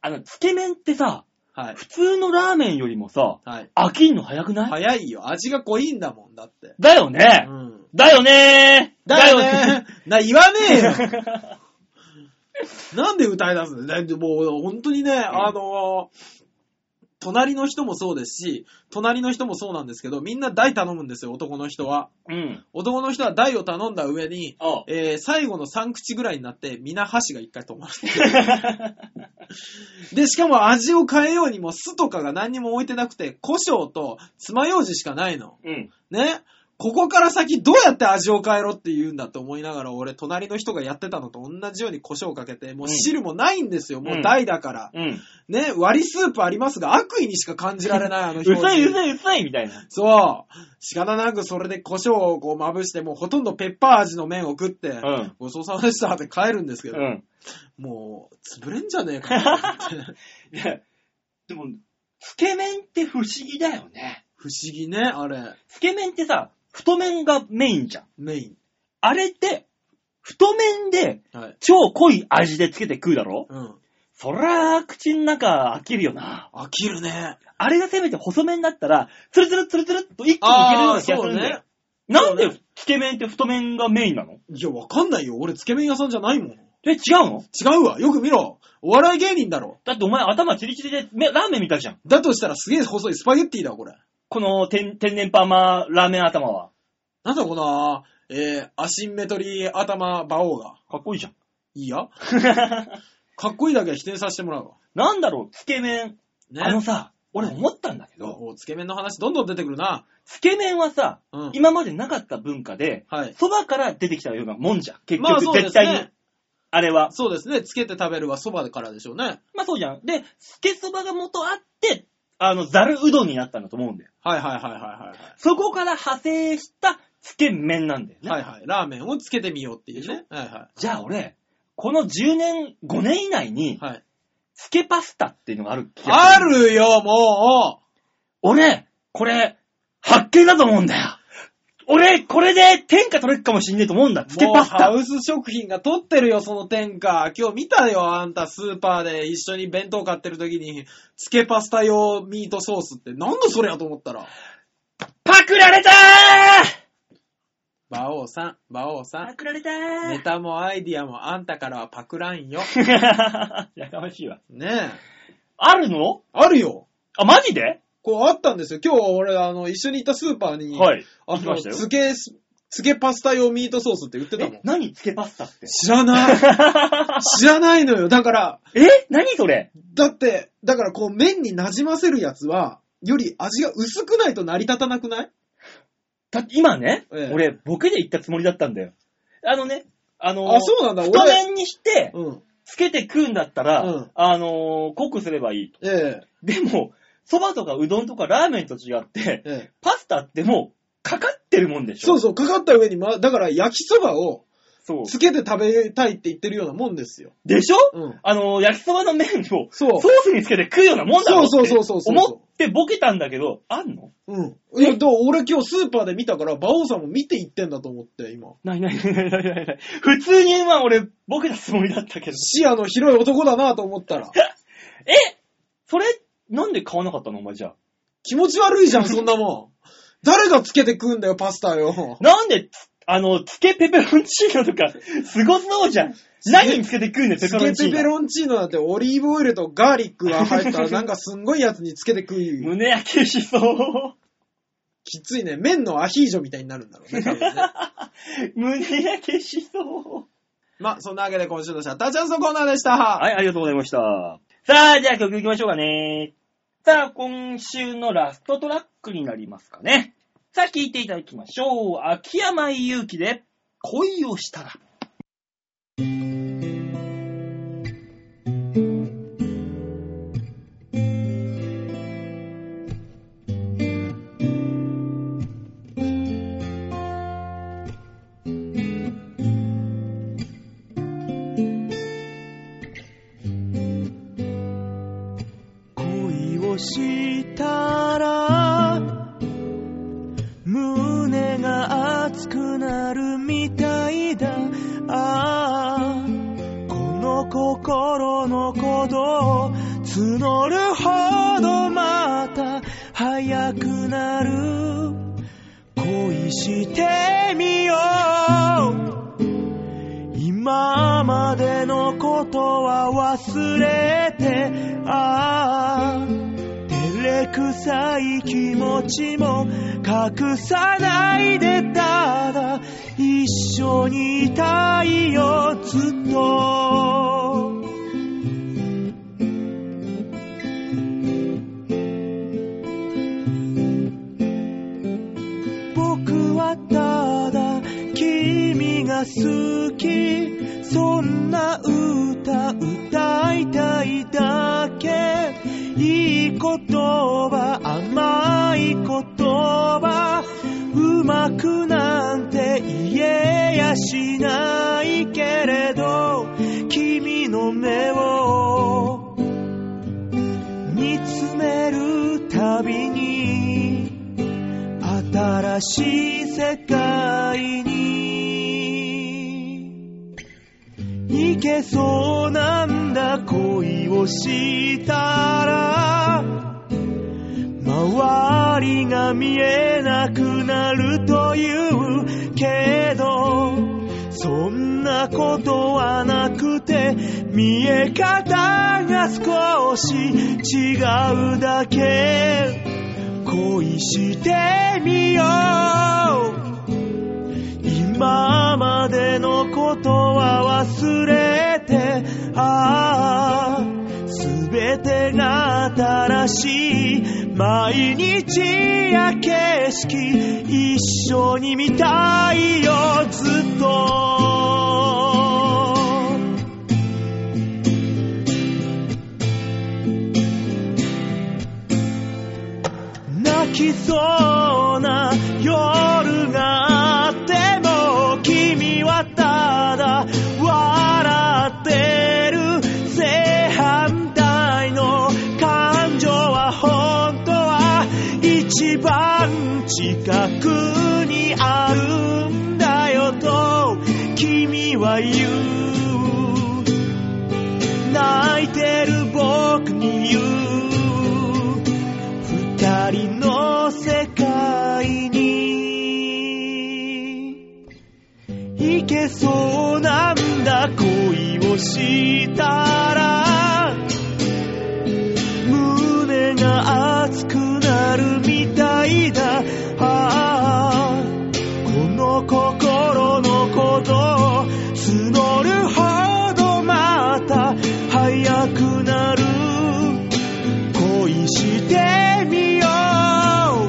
[SPEAKER 2] あの、つけ麺ってさ、
[SPEAKER 3] はい。
[SPEAKER 2] 普通のラーメンよりもさ、
[SPEAKER 3] はい。
[SPEAKER 2] 飽きんの早くない、
[SPEAKER 3] 早いよ。味が濃いんだもんだって。
[SPEAKER 2] だよね、
[SPEAKER 3] うん。
[SPEAKER 2] だよねー
[SPEAKER 3] だよね。な、言わねえよ。 [laughs]
[SPEAKER 2] ね
[SPEAKER 3] なんで歌い出すのだってもう、本当にね、あのー隣の人もそうですし、隣の人もそうなんですけど、みんな大頼むんですよ、男の人は。
[SPEAKER 2] うん。
[SPEAKER 3] 男の人は大を頼んだ上に、
[SPEAKER 2] おう
[SPEAKER 3] えー最後の3口ぐらいになって、皆箸が一回止まる。
[SPEAKER 2] [laughs]
[SPEAKER 3] で、しかも味を変えようにも酢とかが何にも置いてなくて、胡椒と爪楊枝しかないの。
[SPEAKER 2] うん。
[SPEAKER 3] ね。ここから先どうやって味を変えろって言うんだって思いながら、俺、隣の人がやってたのと同じように胡椒をかけて、もう汁もないんですよ。もう大だから。
[SPEAKER 2] うん。
[SPEAKER 3] ね。割りスープありますが、悪意にしか感じられない、あの
[SPEAKER 2] う
[SPEAKER 3] 表
[SPEAKER 2] さい、う
[SPEAKER 3] 情。
[SPEAKER 2] さい、うさい、みたいな。
[SPEAKER 3] そう。仕方なくそれで胡椒をこうまぶして、もうほとんどペッパー味の麺を食って、
[SPEAKER 2] ん
[SPEAKER 3] ごちそうさまでしたって帰るんですけど、
[SPEAKER 2] うん。
[SPEAKER 3] もう、潰れんじゃねえか [laughs] なと思っ
[SPEAKER 2] [laughs]
[SPEAKER 3] て。
[SPEAKER 2] いや、でも、つけ麺って不思議だよね。
[SPEAKER 3] 不思議ね、あれ。
[SPEAKER 2] つけ麺ってさ、太麺がメインじゃん。
[SPEAKER 3] メイ
[SPEAKER 2] あれって、太麺で
[SPEAKER 3] ン。はい。
[SPEAKER 2] 超濃い味でつけて食うだろ
[SPEAKER 3] うん。
[SPEAKER 2] そら、口の中飽きるよな。
[SPEAKER 3] 飽きるね。
[SPEAKER 2] あれがせめて細麺だったら、ツルツルツルツルっと一気にいけるような気がするんだよ。。なん
[SPEAKER 3] そう
[SPEAKER 2] でつけ麺って太麺がメインなの
[SPEAKER 3] いや、わかんないよ。俺、つけ麺屋さんじゃないもん。
[SPEAKER 2] え、違うの
[SPEAKER 3] 違うわ。よく見ろ。お笑い芸人だろ。
[SPEAKER 2] だってお前頭チリチリでめラーメンみたいじゃん。
[SPEAKER 3] だとしたらすげえ細いスパゲッティだ、これ。
[SPEAKER 2] この天天然パーマラーメン頭は。
[SPEAKER 3] なんだこの、えー、アシンメトリー頭馬王が。
[SPEAKER 2] かっこいいじゃん。
[SPEAKER 3] いいやかっこいいだけは否定させてもらうわ。
[SPEAKER 2] [laughs] なんだろう、つけ麺。
[SPEAKER 3] ね。
[SPEAKER 2] あのさ、俺思ったんだけど、
[SPEAKER 3] おつけ麺の話どんどん出てくるな。
[SPEAKER 2] つけ麺はさ、
[SPEAKER 3] うん。
[SPEAKER 2] 今までなかった文化で、
[SPEAKER 3] はい。
[SPEAKER 2] 蕎麦から出てきたようなもんじゃん。結
[SPEAKER 3] まあ
[SPEAKER 2] 局、
[SPEAKER 3] そうで
[SPEAKER 2] 絶
[SPEAKER 3] すね
[SPEAKER 2] 対に。あれは。
[SPEAKER 3] そうですね。つけて食べるはそばからでしょうね。
[SPEAKER 2] まあそうじゃん。で、つけ蕎麦が元あって、あの、ざるうどんになったんだと思うんだよ。
[SPEAKER 3] はいはいはいはいはいはい。
[SPEAKER 2] そこから派生したつけ麺なんだよね。
[SPEAKER 3] はいはい。ラーメンをつけてみようっていうね。はいは
[SPEAKER 2] じゃあ俺、この10年、5年以内
[SPEAKER 3] い。
[SPEAKER 2] に、
[SPEAKER 3] はい。
[SPEAKER 2] つけパスタっていうのがある気が
[SPEAKER 3] あ
[SPEAKER 2] する
[SPEAKER 3] るよ、も
[SPEAKER 2] 俺、これ、発見だと思うんだよ。俺、これで天下取れるかもしんねえと思うんだ。
[SPEAKER 3] う
[SPEAKER 2] つけ
[SPEAKER 3] もう
[SPEAKER 2] パス
[SPEAKER 3] ハ
[SPEAKER 2] タ。
[SPEAKER 3] ウス食品が取ってるよ、その天下。今日見たよ、あんた、スーパーで一緒に弁当買ってる時に、つけパスタ用ミートソースって、なんだそれやと思ったら。
[SPEAKER 2] パクられたー
[SPEAKER 3] 馬王さん、馬王さん
[SPEAKER 2] パ。クられた
[SPEAKER 3] ネ
[SPEAKER 2] ー
[SPEAKER 3] タもアイディアもあんたからはパクらんよ。
[SPEAKER 2] [laughs] やかましいわ。
[SPEAKER 3] ねえ。
[SPEAKER 2] あるの
[SPEAKER 3] あるよ。
[SPEAKER 2] あ、マジで
[SPEAKER 3] こうあったんですよ。今日俺、あの、一緒に行ったスーパーに、
[SPEAKER 2] はい。
[SPEAKER 3] あ
[SPEAKER 2] 行きま
[SPEAKER 3] の、
[SPEAKER 2] したよ
[SPEAKER 3] つけす、つけパスタ用ミートソースって売ってたもん
[SPEAKER 2] え、。何つけパスタって。
[SPEAKER 3] 知
[SPEAKER 2] [laughs]
[SPEAKER 3] らない。知らないのよ。だから、
[SPEAKER 2] え何それ
[SPEAKER 3] だって、だからこう麺に馴染ませるやつは、より味が薄くないと成り立たなくない
[SPEAKER 2] だって今ね、
[SPEAKER 3] ええ
[SPEAKER 2] 俺、ボケで言ったつもりだったんだよ。あのね、あのー
[SPEAKER 3] あ、そうなんだ。
[SPEAKER 2] 太
[SPEAKER 3] 俺、
[SPEAKER 2] 麺にして、
[SPEAKER 3] うん。
[SPEAKER 2] つけて食うんだったら、
[SPEAKER 3] うん
[SPEAKER 2] あのー濃くすればいいと。
[SPEAKER 3] ええ、
[SPEAKER 2] でも、蕎麦とかうどんとかラーメンと違って、
[SPEAKER 3] ええ。
[SPEAKER 2] パスタってもう、かかってるもんでし
[SPEAKER 3] そ
[SPEAKER 2] ょ
[SPEAKER 3] うそう、かかった上に、ま、だから焼きそばを
[SPEAKER 2] そう
[SPEAKER 3] つけて食べたいって言ってるようなもんですよ。
[SPEAKER 2] でしょ、
[SPEAKER 3] うん。
[SPEAKER 2] あのー焼きそばの麺を、
[SPEAKER 3] そ
[SPEAKER 2] ソー
[SPEAKER 3] う。
[SPEAKER 2] スにつけて食うようなもんだろって
[SPEAKER 3] そうそうそうそうそうそう
[SPEAKER 2] 思ってボケたんだけど、あんの
[SPEAKER 3] うん。いや、だから俺今日スーパーで見たから、馬王さんも見て行ってんだと思って、今。
[SPEAKER 2] ないないないないないない。普通に、まあ俺、ボケたつもりだったけど。
[SPEAKER 3] 視野の広い男だなと思った
[SPEAKER 2] [laughs]
[SPEAKER 3] ら。
[SPEAKER 2] えそれ、なんで買わなかったのお前じゃあ。
[SPEAKER 3] 気持ち悪いじゃん、そんなもん。誰がつけて食うんだよ、パスタよ。
[SPEAKER 2] なんでつ、あの、つけペペロンチーノとか、すごそうじゃん。何につけて食うんだよ、ペ
[SPEAKER 3] つ
[SPEAKER 2] ペロ
[SPEAKER 3] け
[SPEAKER 2] ンチ
[SPEAKER 3] ペペ
[SPEAKER 2] ーノ。
[SPEAKER 3] ロンチーノなんてオリーブオイルとガーリックが入ったらなんかすんごいやつにつけて食うよ。
[SPEAKER 2] 胸焼けしそう。 [laughs]
[SPEAKER 3] きついね。麺のアヒージョみたいになるんだろうね、多分ね。
[SPEAKER 2] 胸焼けしそう。
[SPEAKER 3] まあ、そんなわけで今週のシャッターチャンスのコーナーでした。
[SPEAKER 2] はい、ありがとうございました。さあ、じゃあ曲行きましょうかね。さあ、今週のラストトラックになりますかね。さあ、聴いていただきましょう。秋山祐希で、恋をしたら。
[SPEAKER 1] 恋をしたら胸が熱くなるみたいだああこの心の鼓動を募るほどまた早くなる恋してみよう今までのことは忘れてああ照れくさい気持ちも隠さないでただ一緒にいたいよずっと僕はただ君が好きそんな歌歌いたいだけいい言葉甘い言葉うまくなんて言えやしないけれど君の目を見つめるたびに新しい世界に行けそうなんだ恋をしたら周りが見えなくなるというけどそんなことはなくて見え方が少し違うだけ恋してみよう今までのことは忘れてああ全てが新しい毎日や景色一緒に見たいよずっと泣きそうな夜ががただ笑ってる正反対の感情は本当は一番近くにあるんだよと君は言う泣いてる僕に言う二人の世界に行けそうなんだ恋をしたら胸が熱くなるみたいだああこの心のことを募るほどまた早くなる恋してみよう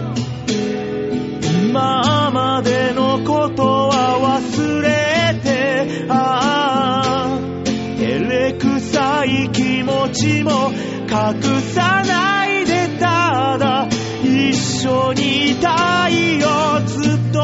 [SPEAKER 1] 今までのことは忘れてああ照れくさい気持ちも隠さないでただ一緒にいたいよずっと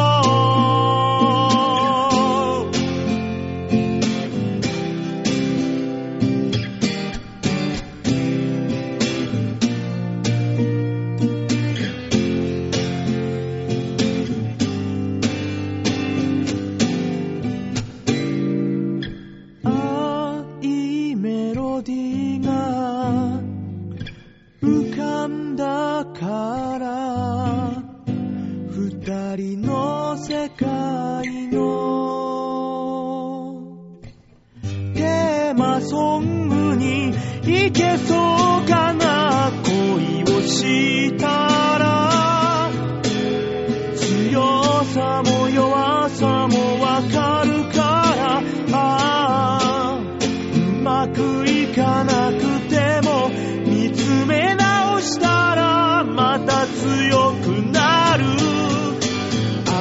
[SPEAKER 1] ああいいメロディーが浮かんだから二人の世界のテーマソングに行けそうかな恋をしたら強さも弱さもわかるからああうまくいかなくても見つめ直したらまた強くなる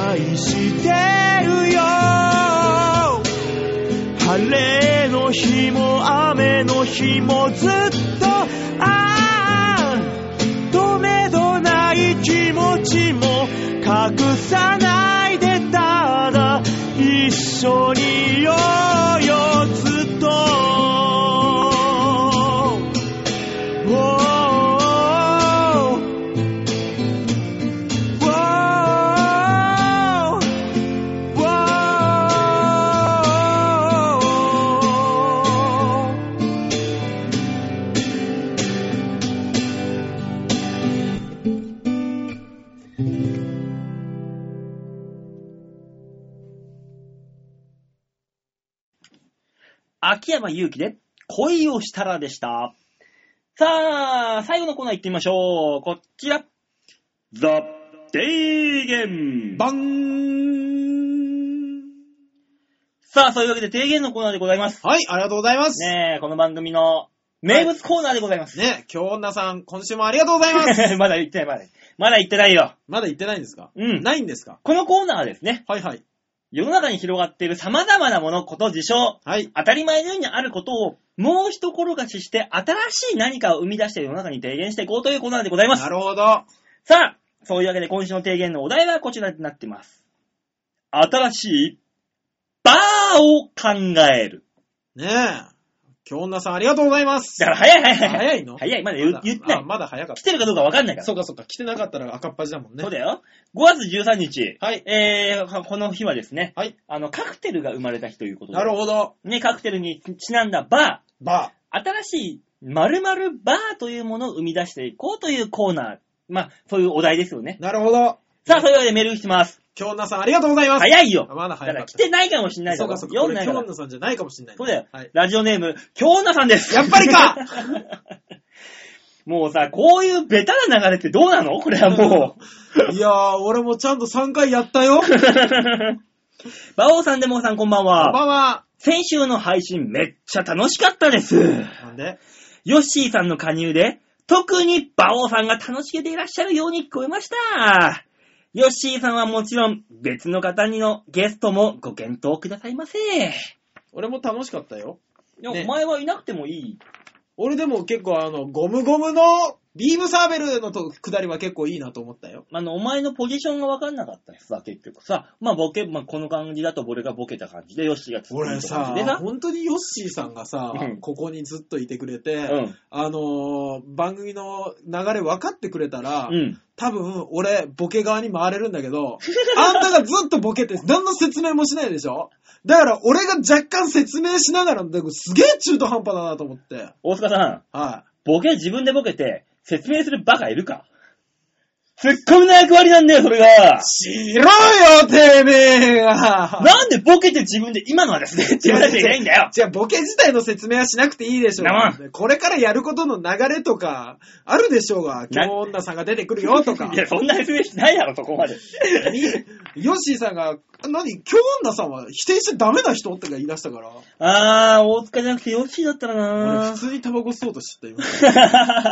[SPEAKER 1] 愛してるよ晴れの日も雨の日もずっとああ止めどない気持ちも隠さないでただ一緒にいようよずっと Wow. Wow. Wow.
[SPEAKER 2] 秋山祐希で恋をしたらでした。さあ、最後のコーナー行ってみましょう。こちら。ザ・提言
[SPEAKER 3] バン
[SPEAKER 2] さあ、そういうわけで提言のコーナーでございます。
[SPEAKER 3] はい、ありがとうございます。ね
[SPEAKER 2] ねえ、この番組の名物コーナーでございます。 [laughs]
[SPEAKER 3] 今日女さん、今週もありがとうございます。
[SPEAKER 2] まだ言ってない、まだ。まだ言ってないよ。
[SPEAKER 3] まだ行ってないんですか
[SPEAKER 2] うん
[SPEAKER 3] ないんですか
[SPEAKER 2] このコーナーはですね、
[SPEAKER 3] はいはい。
[SPEAKER 2] 世の中に広がっている様々なもの、こと、事象、
[SPEAKER 3] はい。
[SPEAKER 2] 当たり前のようにあることを、もう一転がしして、新しい何かを生み出して世の中に提言していこうというコーナーでございます
[SPEAKER 3] な。るほど。
[SPEAKER 2] さあ、そういうわけで今週の提言のお題はこちらになってます。新しいバーを考える。
[SPEAKER 3] ねえ。今日女さん、ありがとうございます
[SPEAKER 2] だ。から早い早い早い。
[SPEAKER 3] 早いの
[SPEAKER 2] 早い、まだ言う言ってな
[SPEAKER 3] あ
[SPEAKER 2] い。
[SPEAKER 3] まだ早かっ
[SPEAKER 2] 来てるかどうかわかんないか
[SPEAKER 3] た。
[SPEAKER 2] ら。
[SPEAKER 3] そうかそうか、来てなかったら赤っ端だもんね。
[SPEAKER 2] そうだよ。5月13日、
[SPEAKER 3] はい。
[SPEAKER 2] えー、この日はですね、
[SPEAKER 3] はい。
[SPEAKER 2] あの、カクテルが生まれた日ということで、
[SPEAKER 3] なるほど。
[SPEAKER 2] ね、カクテルにちなんだバー、
[SPEAKER 3] バ
[SPEAKER 2] 新しい〇〇バーというものを生み出していこうというコーナー。まあ、そういうお題ですよね。
[SPEAKER 3] ー。なるほど。
[SPEAKER 2] さあ、そういうわけでメールしてます。
[SPEAKER 3] 今日女さん、ありがとうございます。
[SPEAKER 2] 早いよ
[SPEAKER 3] あ。まだ
[SPEAKER 2] だか
[SPEAKER 3] 早からっ
[SPEAKER 2] 来
[SPEAKER 3] た。
[SPEAKER 2] てないかもしれないか、
[SPEAKER 3] そうからそうか。
[SPEAKER 2] 読んでない
[SPEAKER 3] 俺今
[SPEAKER 2] か
[SPEAKER 3] 日
[SPEAKER 2] ら。
[SPEAKER 3] 女さんじゃないかもしれない。
[SPEAKER 2] そうだよ。
[SPEAKER 3] はい。
[SPEAKER 2] ラジオネーム、京奈さんです。
[SPEAKER 3] やっぱりか
[SPEAKER 2] [laughs] もうさ、こういうベタな流れってどうなのこれはもう。
[SPEAKER 3] いやー、俺もちゃんと3回やっ
[SPEAKER 2] [laughs]
[SPEAKER 3] たよ。
[SPEAKER 2] 馬王さんでもさんこんばん
[SPEAKER 3] こんば
[SPEAKER 2] は。
[SPEAKER 3] んは。
[SPEAKER 2] 先週の配信めっちゃ楽しかったです。
[SPEAKER 3] なんで
[SPEAKER 2] ヨッシーさんの加入で、特に馬王さんが楽しげでいらっしゃるように聞こえました。ヨッシーさんはもちろん、別の方にのゲストもご検討くださいませ。
[SPEAKER 3] 俺も楽しかったよ。
[SPEAKER 2] いや
[SPEAKER 3] ね
[SPEAKER 2] お前はいなくてもいい
[SPEAKER 3] 俺でも結構あの、ゴムゴムのビームサーベルのと下りは結構いいなと思ったよ。
[SPEAKER 2] あの、お前のポジションが分かんなかったしさ、結局さ。まあ、ボケ、まあ、この感じだと俺がボケた感じで、ヨッシーが突っ込
[SPEAKER 3] 俺
[SPEAKER 2] んだ感
[SPEAKER 3] さ
[SPEAKER 2] じで、さ。
[SPEAKER 3] 本当にヨッシーさんがさ
[SPEAKER 2] うん、
[SPEAKER 3] ここにずっといてくれて、
[SPEAKER 2] うん。
[SPEAKER 3] あのー番組の流れ分かってくれたら、
[SPEAKER 2] うん。
[SPEAKER 3] 多分俺、ボケ側に回れるんだけど、 [laughs] あんたがずっとボケて、何の説明もしないでしょだから俺が若干説明しながら、でもすげえ中途半端だなと思って。
[SPEAKER 2] 大塚さん、
[SPEAKER 3] は
[SPEAKER 2] ボケ自分でボケて、説明するバカいるかツッコミの役割なんだよ、それが
[SPEAKER 3] い。。知ろよ、てめえが
[SPEAKER 2] なんでボケて自分で今のはですねって言わなきゃいけないんだよ。
[SPEAKER 3] じゃあ、ボケ自体の説明はしなくていいでしょ
[SPEAKER 2] な
[SPEAKER 3] う。これからやることの流れとか、あるでしょうが、今日女さんが出てくるよとか
[SPEAKER 2] い。や、そんな説明しないだろ、そこまで。
[SPEAKER 3] にヨッシーさんが、何今日女さんは否定しちゃダメな人って言い出したから、
[SPEAKER 2] あー、大塚じゃなくてヨッシーだったら
[SPEAKER 3] 俺
[SPEAKER 2] な
[SPEAKER 3] 普通にタバコ吸おうとしてた、今。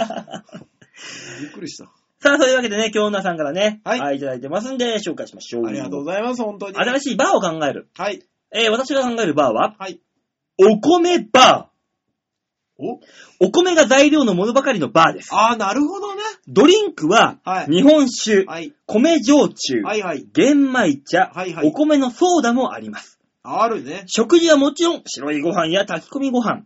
[SPEAKER 3] びっくりした。
[SPEAKER 2] さあ、そういうわけでね、京奈さんからね、は、
[SPEAKER 3] はいい
[SPEAKER 2] い、ただいてますんで、紹介しましょう。
[SPEAKER 3] ありがとう
[SPEAKER 2] ござい
[SPEAKER 3] ございます、本当に。
[SPEAKER 2] 新しいバーを考える。
[SPEAKER 3] はい。
[SPEAKER 2] えー、私が考えるバーは、
[SPEAKER 3] はい。
[SPEAKER 2] お米バ
[SPEAKER 3] お
[SPEAKER 2] ー。お米が材料のものばかりのバーです。
[SPEAKER 3] ああ、なるほどね。
[SPEAKER 2] ドリンクは、
[SPEAKER 3] はい
[SPEAKER 2] 日本酒、
[SPEAKER 3] はい。
[SPEAKER 2] 米焼酎、
[SPEAKER 3] はいはい。
[SPEAKER 2] 玄米茶、
[SPEAKER 3] はいはい
[SPEAKER 2] お米のソーダもあります。
[SPEAKER 3] あるね。
[SPEAKER 2] 食事はもちろん、白いご飯や炊き込みご飯、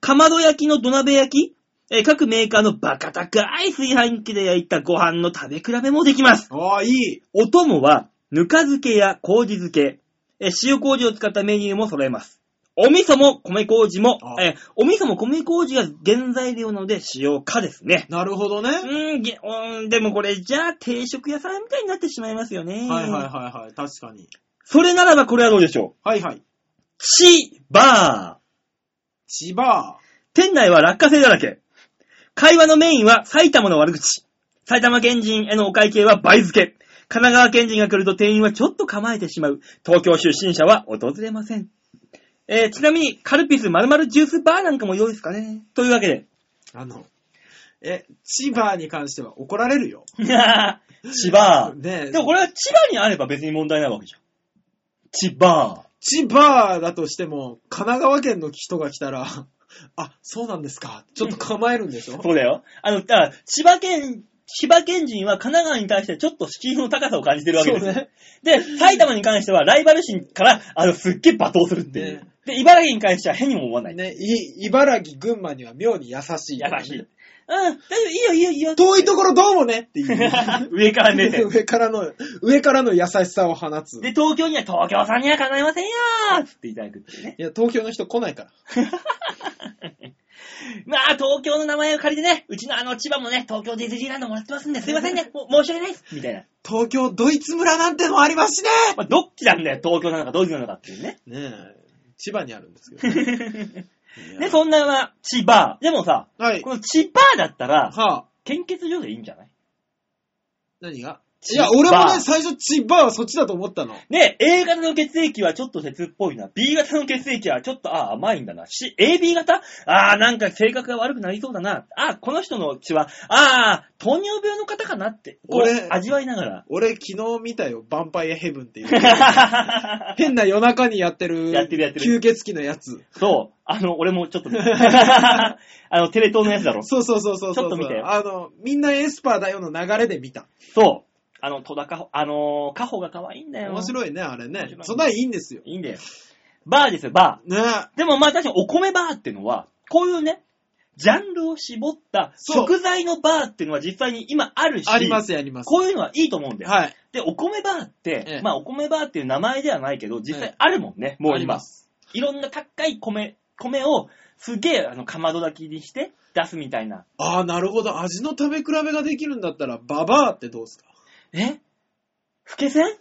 [SPEAKER 2] かまど焼きの土鍋焼き、えー各メーカーのバカ高い炊飯器で焼いたご飯の食べ比べもできます。
[SPEAKER 3] ああ、いい。
[SPEAKER 2] お供は、ぬか漬けや麹漬け、えー塩麹を使ったメニューも揃えます。お味噌も米麹も
[SPEAKER 3] あ、
[SPEAKER 2] えーお味噌も米麹が原材料なので使用可ですね。
[SPEAKER 3] なるほどね。
[SPEAKER 2] うーん、げうーんでもこれじゃあ定食屋さんみたいになってしまいますよね。
[SPEAKER 3] はいはいはいはい。確かに。
[SPEAKER 2] それならばこれはどうでしょう
[SPEAKER 3] はいはい。
[SPEAKER 2] チバー。
[SPEAKER 3] 千葉。
[SPEAKER 2] 店内は落花生だらけ。会話のメインは埼玉の悪口。埼玉県人へのお会計は倍付け。神奈川県人が来ると店員はちょっと構えてしまう。東京出身者は訪れません。えー、ちなみに、カルピス〇〇ジュースバーなんかも良いですかね。というわけ
[SPEAKER 3] [laughs]
[SPEAKER 2] で。
[SPEAKER 3] あの、え、千葉に関しては怒られるよ。
[SPEAKER 2] 千葉。
[SPEAKER 3] ねえ
[SPEAKER 2] でもこれは千葉にあれば別に問題ないわけじゃん。千葉。
[SPEAKER 3] 千葉だとしても、神奈川県の人が来たら、 [laughs] あ、そうなんですか。ちょっと構えるんでしょ
[SPEAKER 2] そうだよ。あの、だから千葉県、千葉県人は神奈川に対してちょっと敷居の高さを感じてるわけですよ。
[SPEAKER 3] そうね
[SPEAKER 2] で、埼玉に関してはライバル心から、あの、すっげえ罵倒するっていう。
[SPEAKER 3] ね
[SPEAKER 2] で、茨城に関しては変にも思わない。
[SPEAKER 3] ね、い茨城、群馬には妙に優しい。
[SPEAKER 2] やばしい。うん、大丈夫、いいよ、いいよ、いいよ。
[SPEAKER 3] 遠いところどうもねっていう。
[SPEAKER 2] [laughs] 上から目線。
[SPEAKER 3] [laughs] 上からの、上からの優しさを放つ。
[SPEAKER 2] で、東京には東京さんには叶いませんよーつっていただくっていうね。
[SPEAKER 3] いや、東京の人来ないから。
[SPEAKER 2] [laughs] まあ、東京の名前を借りてね、うちのあの千葉もね、東京ディズニーランドもらってますんで、すいませんね、もう申し訳ないですみたいな。
[SPEAKER 3] 東京ドイツ村なんてのもありますしね
[SPEAKER 2] まあ、どっちなんだよ、東京なのかドイツなのかっていう [laughs] ね。
[SPEAKER 3] ねえ、千葉にあるんですけ
[SPEAKER 2] [laughs]
[SPEAKER 3] ど。いや
[SPEAKER 2] で、そんな、まあ千葉。でもさ、
[SPEAKER 3] はい。
[SPEAKER 2] こ
[SPEAKER 3] は
[SPEAKER 2] の千葉だったら、
[SPEAKER 3] あ、
[SPEAKER 2] 献血所でいいんじゃない
[SPEAKER 3] 何がい
[SPEAKER 2] 千葉
[SPEAKER 3] や、俺もね、最初千葉はそっちだと思ったの。
[SPEAKER 2] ね、A 型の血液はちょっと鉄っぽいな。B 型の血液はちょっと、ああ、甘いんだな。C、AB 型ああ、なんか性格が悪くなりそうだな。ああ、この人の血は、ああ、糖尿病の方かなって、こう
[SPEAKER 3] 俺、
[SPEAKER 2] 味わいなが
[SPEAKER 3] 俺昨日見たよ、ヴァンパイアヘブンってい
[SPEAKER 2] [laughs]
[SPEAKER 3] う。[laughs]
[SPEAKER 2] ら。
[SPEAKER 3] 変な夜中にやってる、
[SPEAKER 2] やってるやってる
[SPEAKER 3] 吸血鬼のやつ。
[SPEAKER 2] そう、あの、俺もちょ
[SPEAKER 3] [laughs]
[SPEAKER 2] っと見た、あの、テレ東のやつだろ。
[SPEAKER 3] そうそうそうそうそう。
[SPEAKER 2] ちょっと見てよ
[SPEAKER 3] あの、みんなエスパーだよの流れで見た。
[SPEAKER 2] そう。あの、戸田かほ、あのー、かほが可愛いんだよ。
[SPEAKER 3] 面白いね、あれ
[SPEAKER 2] 面
[SPEAKER 3] ね
[SPEAKER 2] 白。い
[SPEAKER 3] そんなんいいんですよ。
[SPEAKER 2] い。いいんだよ。バーですよ、バー。
[SPEAKER 3] ね
[SPEAKER 2] でもまあ確かにお米バーってのは、こういうね、ジャンルを絞った
[SPEAKER 3] そう
[SPEAKER 2] 食材のバーっていうのは実際に今あるし、
[SPEAKER 3] あります、あります。
[SPEAKER 2] こういうのはいいと思うんだよ。
[SPEAKER 3] はい。
[SPEAKER 2] で、お米バーって、
[SPEAKER 3] ええ
[SPEAKER 2] まあお米バーっていう名前ではないけど、実
[SPEAKER 3] え
[SPEAKER 2] 際
[SPEAKER 3] え
[SPEAKER 2] あるもんね、も
[SPEAKER 3] あ
[SPEAKER 2] う
[SPEAKER 3] り
[SPEAKER 2] 今
[SPEAKER 3] ま。す。
[SPEAKER 2] いろんな高い米、米をすげえあのかまど炊きにして出すみたいな。
[SPEAKER 3] ああ、なるほど。味の食べ比べができるんだったら、ババアってどうですか
[SPEAKER 2] えふけ
[SPEAKER 3] [laughs]
[SPEAKER 2] せん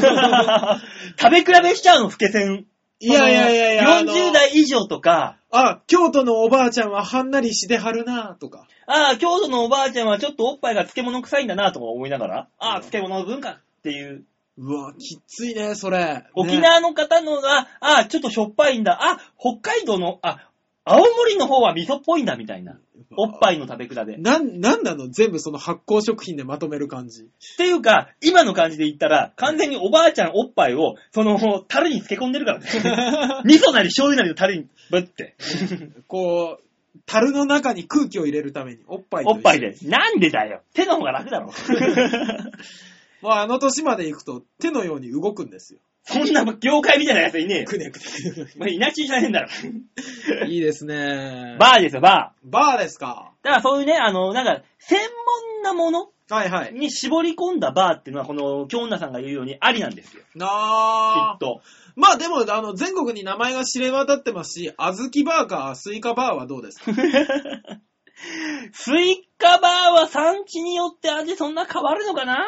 [SPEAKER 2] 食べ比べしちゃうの、ふけせん。
[SPEAKER 3] いやいやいやいや。
[SPEAKER 2] その
[SPEAKER 3] あの
[SPEAKER 2] 40。代以上とか、
[SPEAKER 3] あ、京都のおばあちゃんははんなりしてはるなとか。
[SPEAKER 2] ああ、京都のおばあちゃんはちょっとおっぱいが漬物臭いんだなとか思いながら、ああ、漬物の文化っていう。
[SPEAKER 3] うわ、きっついね、それ。ね
[SPEAKER 2] 沖縄の方のが、ああ、ちょっとしょっぱいんだ。あ北海道の、あ、青森の方は味噌っぽいんだみたいな。おっぱいの食べ比べ。っ
[SPEAKER 3] なん、なんなの全部その発酵食品でまとめる感じ。
[SPEAKER 2] ていうか、今の感じで言ったら、完全におばあちゃんおっぱいを、その、樽に漬け込んでるからね。味噌なり醤油なりの樽に、ぶって。
[SPEAKER 3] こう、樽の中に空気を入れるために、おっぱいと
[SPEAKER 2] お
[SPEAKER 3] 一緒
[SPEAKER 2] っぱいで。。なんでだよ。手の方が楽だろ。
[SPEAKER 3] もうあの年まで行くと手のように動くんですよ。
[SPEAKER 2] そんな業界みたいなやついねえよ。
[SPEAKER 3] くねくねくね
[SPEAKER 2] まあ、いなちじゃねえんだろ。
[SPEAKER 3] く [laughs] ね。いいですね。
[SPEAKER 2] バーですよ、バー。
[SPEAKER 3] バーですか。
[SPEAKER 2] だからそういうね、あの、なんか、専門なもの
[SPEAKER 3] はいはい。
[SPEAKER 2] に絞り込んだバーっていうのは、この、京女さんが言うようにありなんですよ。き
[SPEAKER 3] な
[SPEAKER 2] っ
[SPEAKER 3] あ。
[SPEAKER 2] と。 [laughs]
[SPEAKER 3] まあでも、あの、全国に名前が知れ渡ってますし、あずきバーかスイカバーはどうですか
[SPEAKER 2] スイカバーは産地によって味そんな変わるのかな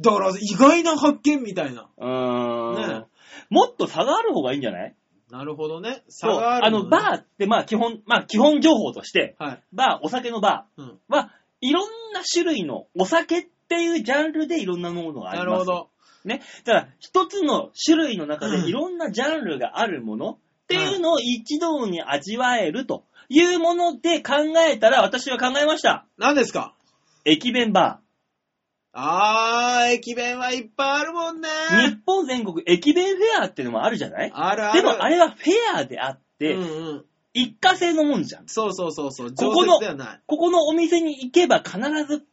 [SPEAKER 3] だから、意外な発見みたいな。
[SPEAKER 2] うーん
[SPEAKER 3] ね。
[SPEAKER 2] もっと差がある方がいいんじゃない
[SPEAKER 3] なるほどね。差
[SPEAKER 2] そう。
[SPEAKER 3] があ
[SPEAKER 2] あ
[SPEAKER 3] る
[SPEAKER 2] の、バーって、まあ基本、まあ基本情報として、
[SPEAKER 3] ー。はい。
[SPEAKER 2] バー、お酒のバ
[SPEAKER 3] うん。
[SPEAKER 2] ーは、いろんな種類のお酒っていうジャンルでいろんなものがあり
[SPEAKER 3] な
[SPEAKER 2] ます。
[SPEAKER 3] るほ。ど。
[SPEAKER 2] ね。だから、一つの種類の中
[SPEAKER 3] うん
[SPEAKER 2] でいろんなジャンルがあるものっていうのを一堂に味わえるというもので考えたら、私は考えました。
[SPEAKER 3] 何ですか
[SPEAKER 2] 駅弁バ
[SPEAKER 3] あー、駅弁はいっぱいあるもんね。
[SPEAKER 2] ー。日本全国駅弁フェアっていうのもあるじゃない
[SPEAKER 3] あるある。
[SPEAKER 2] でもあれはフェアであって、
[SPEAKER 3] うんうん。
[SPEAKER 2] 一過性のもんじゃん。
[SPEAKER 3] そうそうそうそう。
[SPEAKER 2] こ
[SPEAKER 3] 常
[SPEAKER 2] この
[SPEAKER 3] 設ではない。
[SPEAKER 2] ここのお店に行けば必ず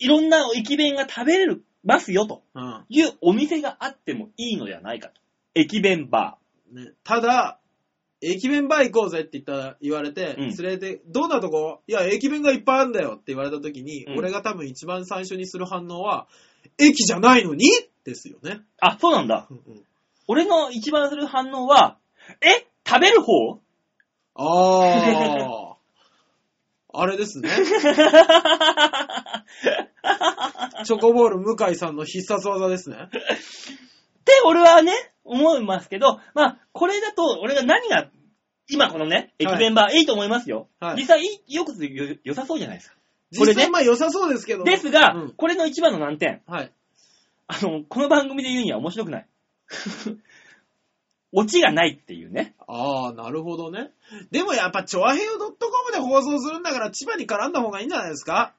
[SPEAKER 2] いろんな駅弁が食べれますよと
[SPEAKER 3] うん
[SPEAKER 2] いうお店があってもいいのではないかと。駅弁バ
[SPEAKER 3] ね、ただ、駅弁バー行こうぜって言ったら、言われて、
[SPEAKER 2] うん
[SPEAKER 3] 連れて、どんなとこいや、駅弁がいっぱいあるんだよって言われた時に、
[SPEAKER 2] うん
[SPEAKER 3] 俺が多分一番最初にする反応は、駅じゃないのにですよね。
[SPEAKER 2] ー。あ、そうなんだ。俺の一番する反応は、え食べる方 [laughs]
[SPEAKER 3] ああ。あれですね。チョコボール向井さんの必殺技ですね。
[SPEAKER 2] って俺はね、思いますけど、まあ、これだと、俺が何が、今このね、
[SPEAKER 3] はい
[SPEAKER 2] 駅弁バー、い、いと思いますよ。
[SPEAKER 3] はい
[SPEAKER 2] 実際いい、よくつよ、良さそうじゃないですか。これね
[SPEAKER 3] 実際まあ良さそうですけど。
[SPEAKER 2] ですが、
[SPEAKER 3] うん
[SPEAKER 2] これの一番の難点。
[SPEAKER 3] はい。
[SPEAKER 2] あの、この番組で言うには面白くない。 [laughs] オチがないっていうね。
[SPEAKER 3] ああ、なるほどね。でもやっぱ、チョアヘヨ .com で放送するんだから、千葉に絡んだ方がいいんじゃないですか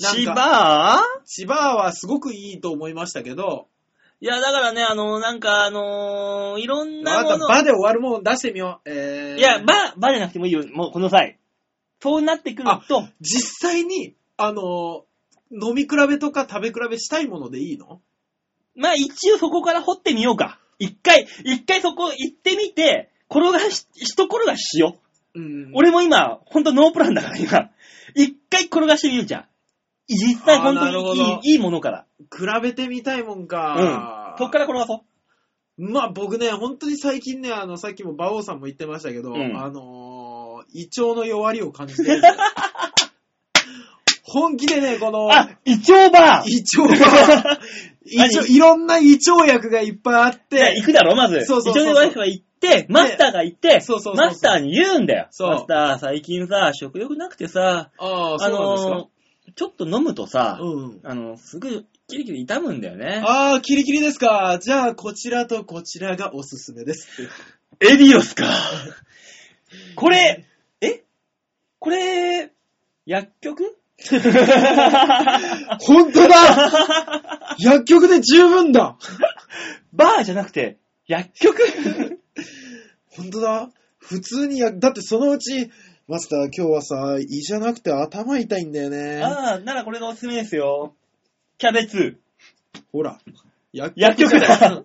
[SPEAKER 3] なんか
[SPEAKER 2] 千葉
[SPEAKER 3] 千葉はすごくいいと思いましたけど、
[SPEAKER 2] いや、だからね、あの、なんか、あのーいろんな
[SPEAKER 3] ま
[SPEAKER 2] も
[SPEAKER 3] た
[SPEAKER 2] の。
[SPEAKER 3] 場で終わるもん出してみよう。えー、
[SPEAKER 2] いや、ば、ばじゃなくてもいいよ。もう、この際。そうなってくると、
[SPEAKER 3] 実際に、あのー飲み比べとか食べ比べしたいものでいいの
[SPEAKER 2] まあ一応そこから掘ってみようか。一回、一回そこ行ってみて、転がし、一転がししよ
[SPEAKER 3] うん
[SPEAKER 2] う。俺も今、ほんとノープランだから今。一回転がしてみようじゃん。実際本
[SPEAKER 3] あーなる
[SPEAKER 2] 当
[SPEAKER 3] ほ
[SPEAKER 2] にい
[SPEAKER 3] ど
[SPEAKER 2] い、いいものから。
[SPEAKER 3] 比べてみたいもん
[SPEAKER 2] うん
[SPEAKER 3] か。。
[SPEAKER 2] そっから転がそ
[SPEAKER 3] まあ僕ね、本当に最近ね、あの、さっきも馬王さんも言ってましたけど、
[SPEAKER 2] うん
[SPEAKER 3] あのー胃腸の弱りを感じ
[SPEAKER 2] [laughs]
[SPEAKER 3] てる。本気でね、この
[SPEAKER 2] う。、あ、胃腸バー
[SPEAKER 3] 胃腸
[SPEAKER 2] [laughs]
[SPEAKER 3] が、
[SPEAKER 2] あちょ
[SPEAKER 3] いいろんな胃腸薬がいっぱいあっ
[SPEAKER 2] [laughs] じゃあ
[SPEAKER 3] て
[SPEAKER 2] 行、くだろ、まず。
[SPEAKER 3] そうそうそうそう
[SPEAKER 2] 一応ワイフが行って、マスターが行って、
[SPEAKER 3] そうそうそうそう
[SPEAKER 2] マスターに言うんだよ。
[SPEAKER 3] そう
[SPEAKER 2] マスター、最近さ、食欲なくてさ、
[SPEAKER 3] ああ、
[SPEAKER 2] あ
[SPEAKER 3] そうなんですか
[SPEAKER 2] の。ー、ちょっと飲むとさ、
[SPEAKER 3] うん。
[SPEAKER 2] あの、すぐ、キリキリ痛むんだよね。
[SPEAKER 3] ああ、キリキリですか。じゃあ、こちらとこちらがおすす
[SPEAKER 2] [laughs]
[SPEAKER 3] めです。
[SPEAKER 2] エディオスか。これ、えこれ、薬局
[SPEAKER 3] 本当だ
[SPEAKER 2] [laughs]
[SPEAKER 3] 薬局で十分だ
[SPEAKER 2] [laughs] バーじゃなくて、薬局
[SPEAKER 3] 本当だ普通にや、だってそのうち、マスター今日はさ、胃じゃなくて頭痛いんだよね。
[SPEAKER 2] [laughs] ああ、ならこれがおすすめですよ。キャベツ。
[SPEAKER 3] ほら。薬
[SPEAKER 2] 薬局
[SPEAKER 3] じゃない
[SPEAKER 2] だ。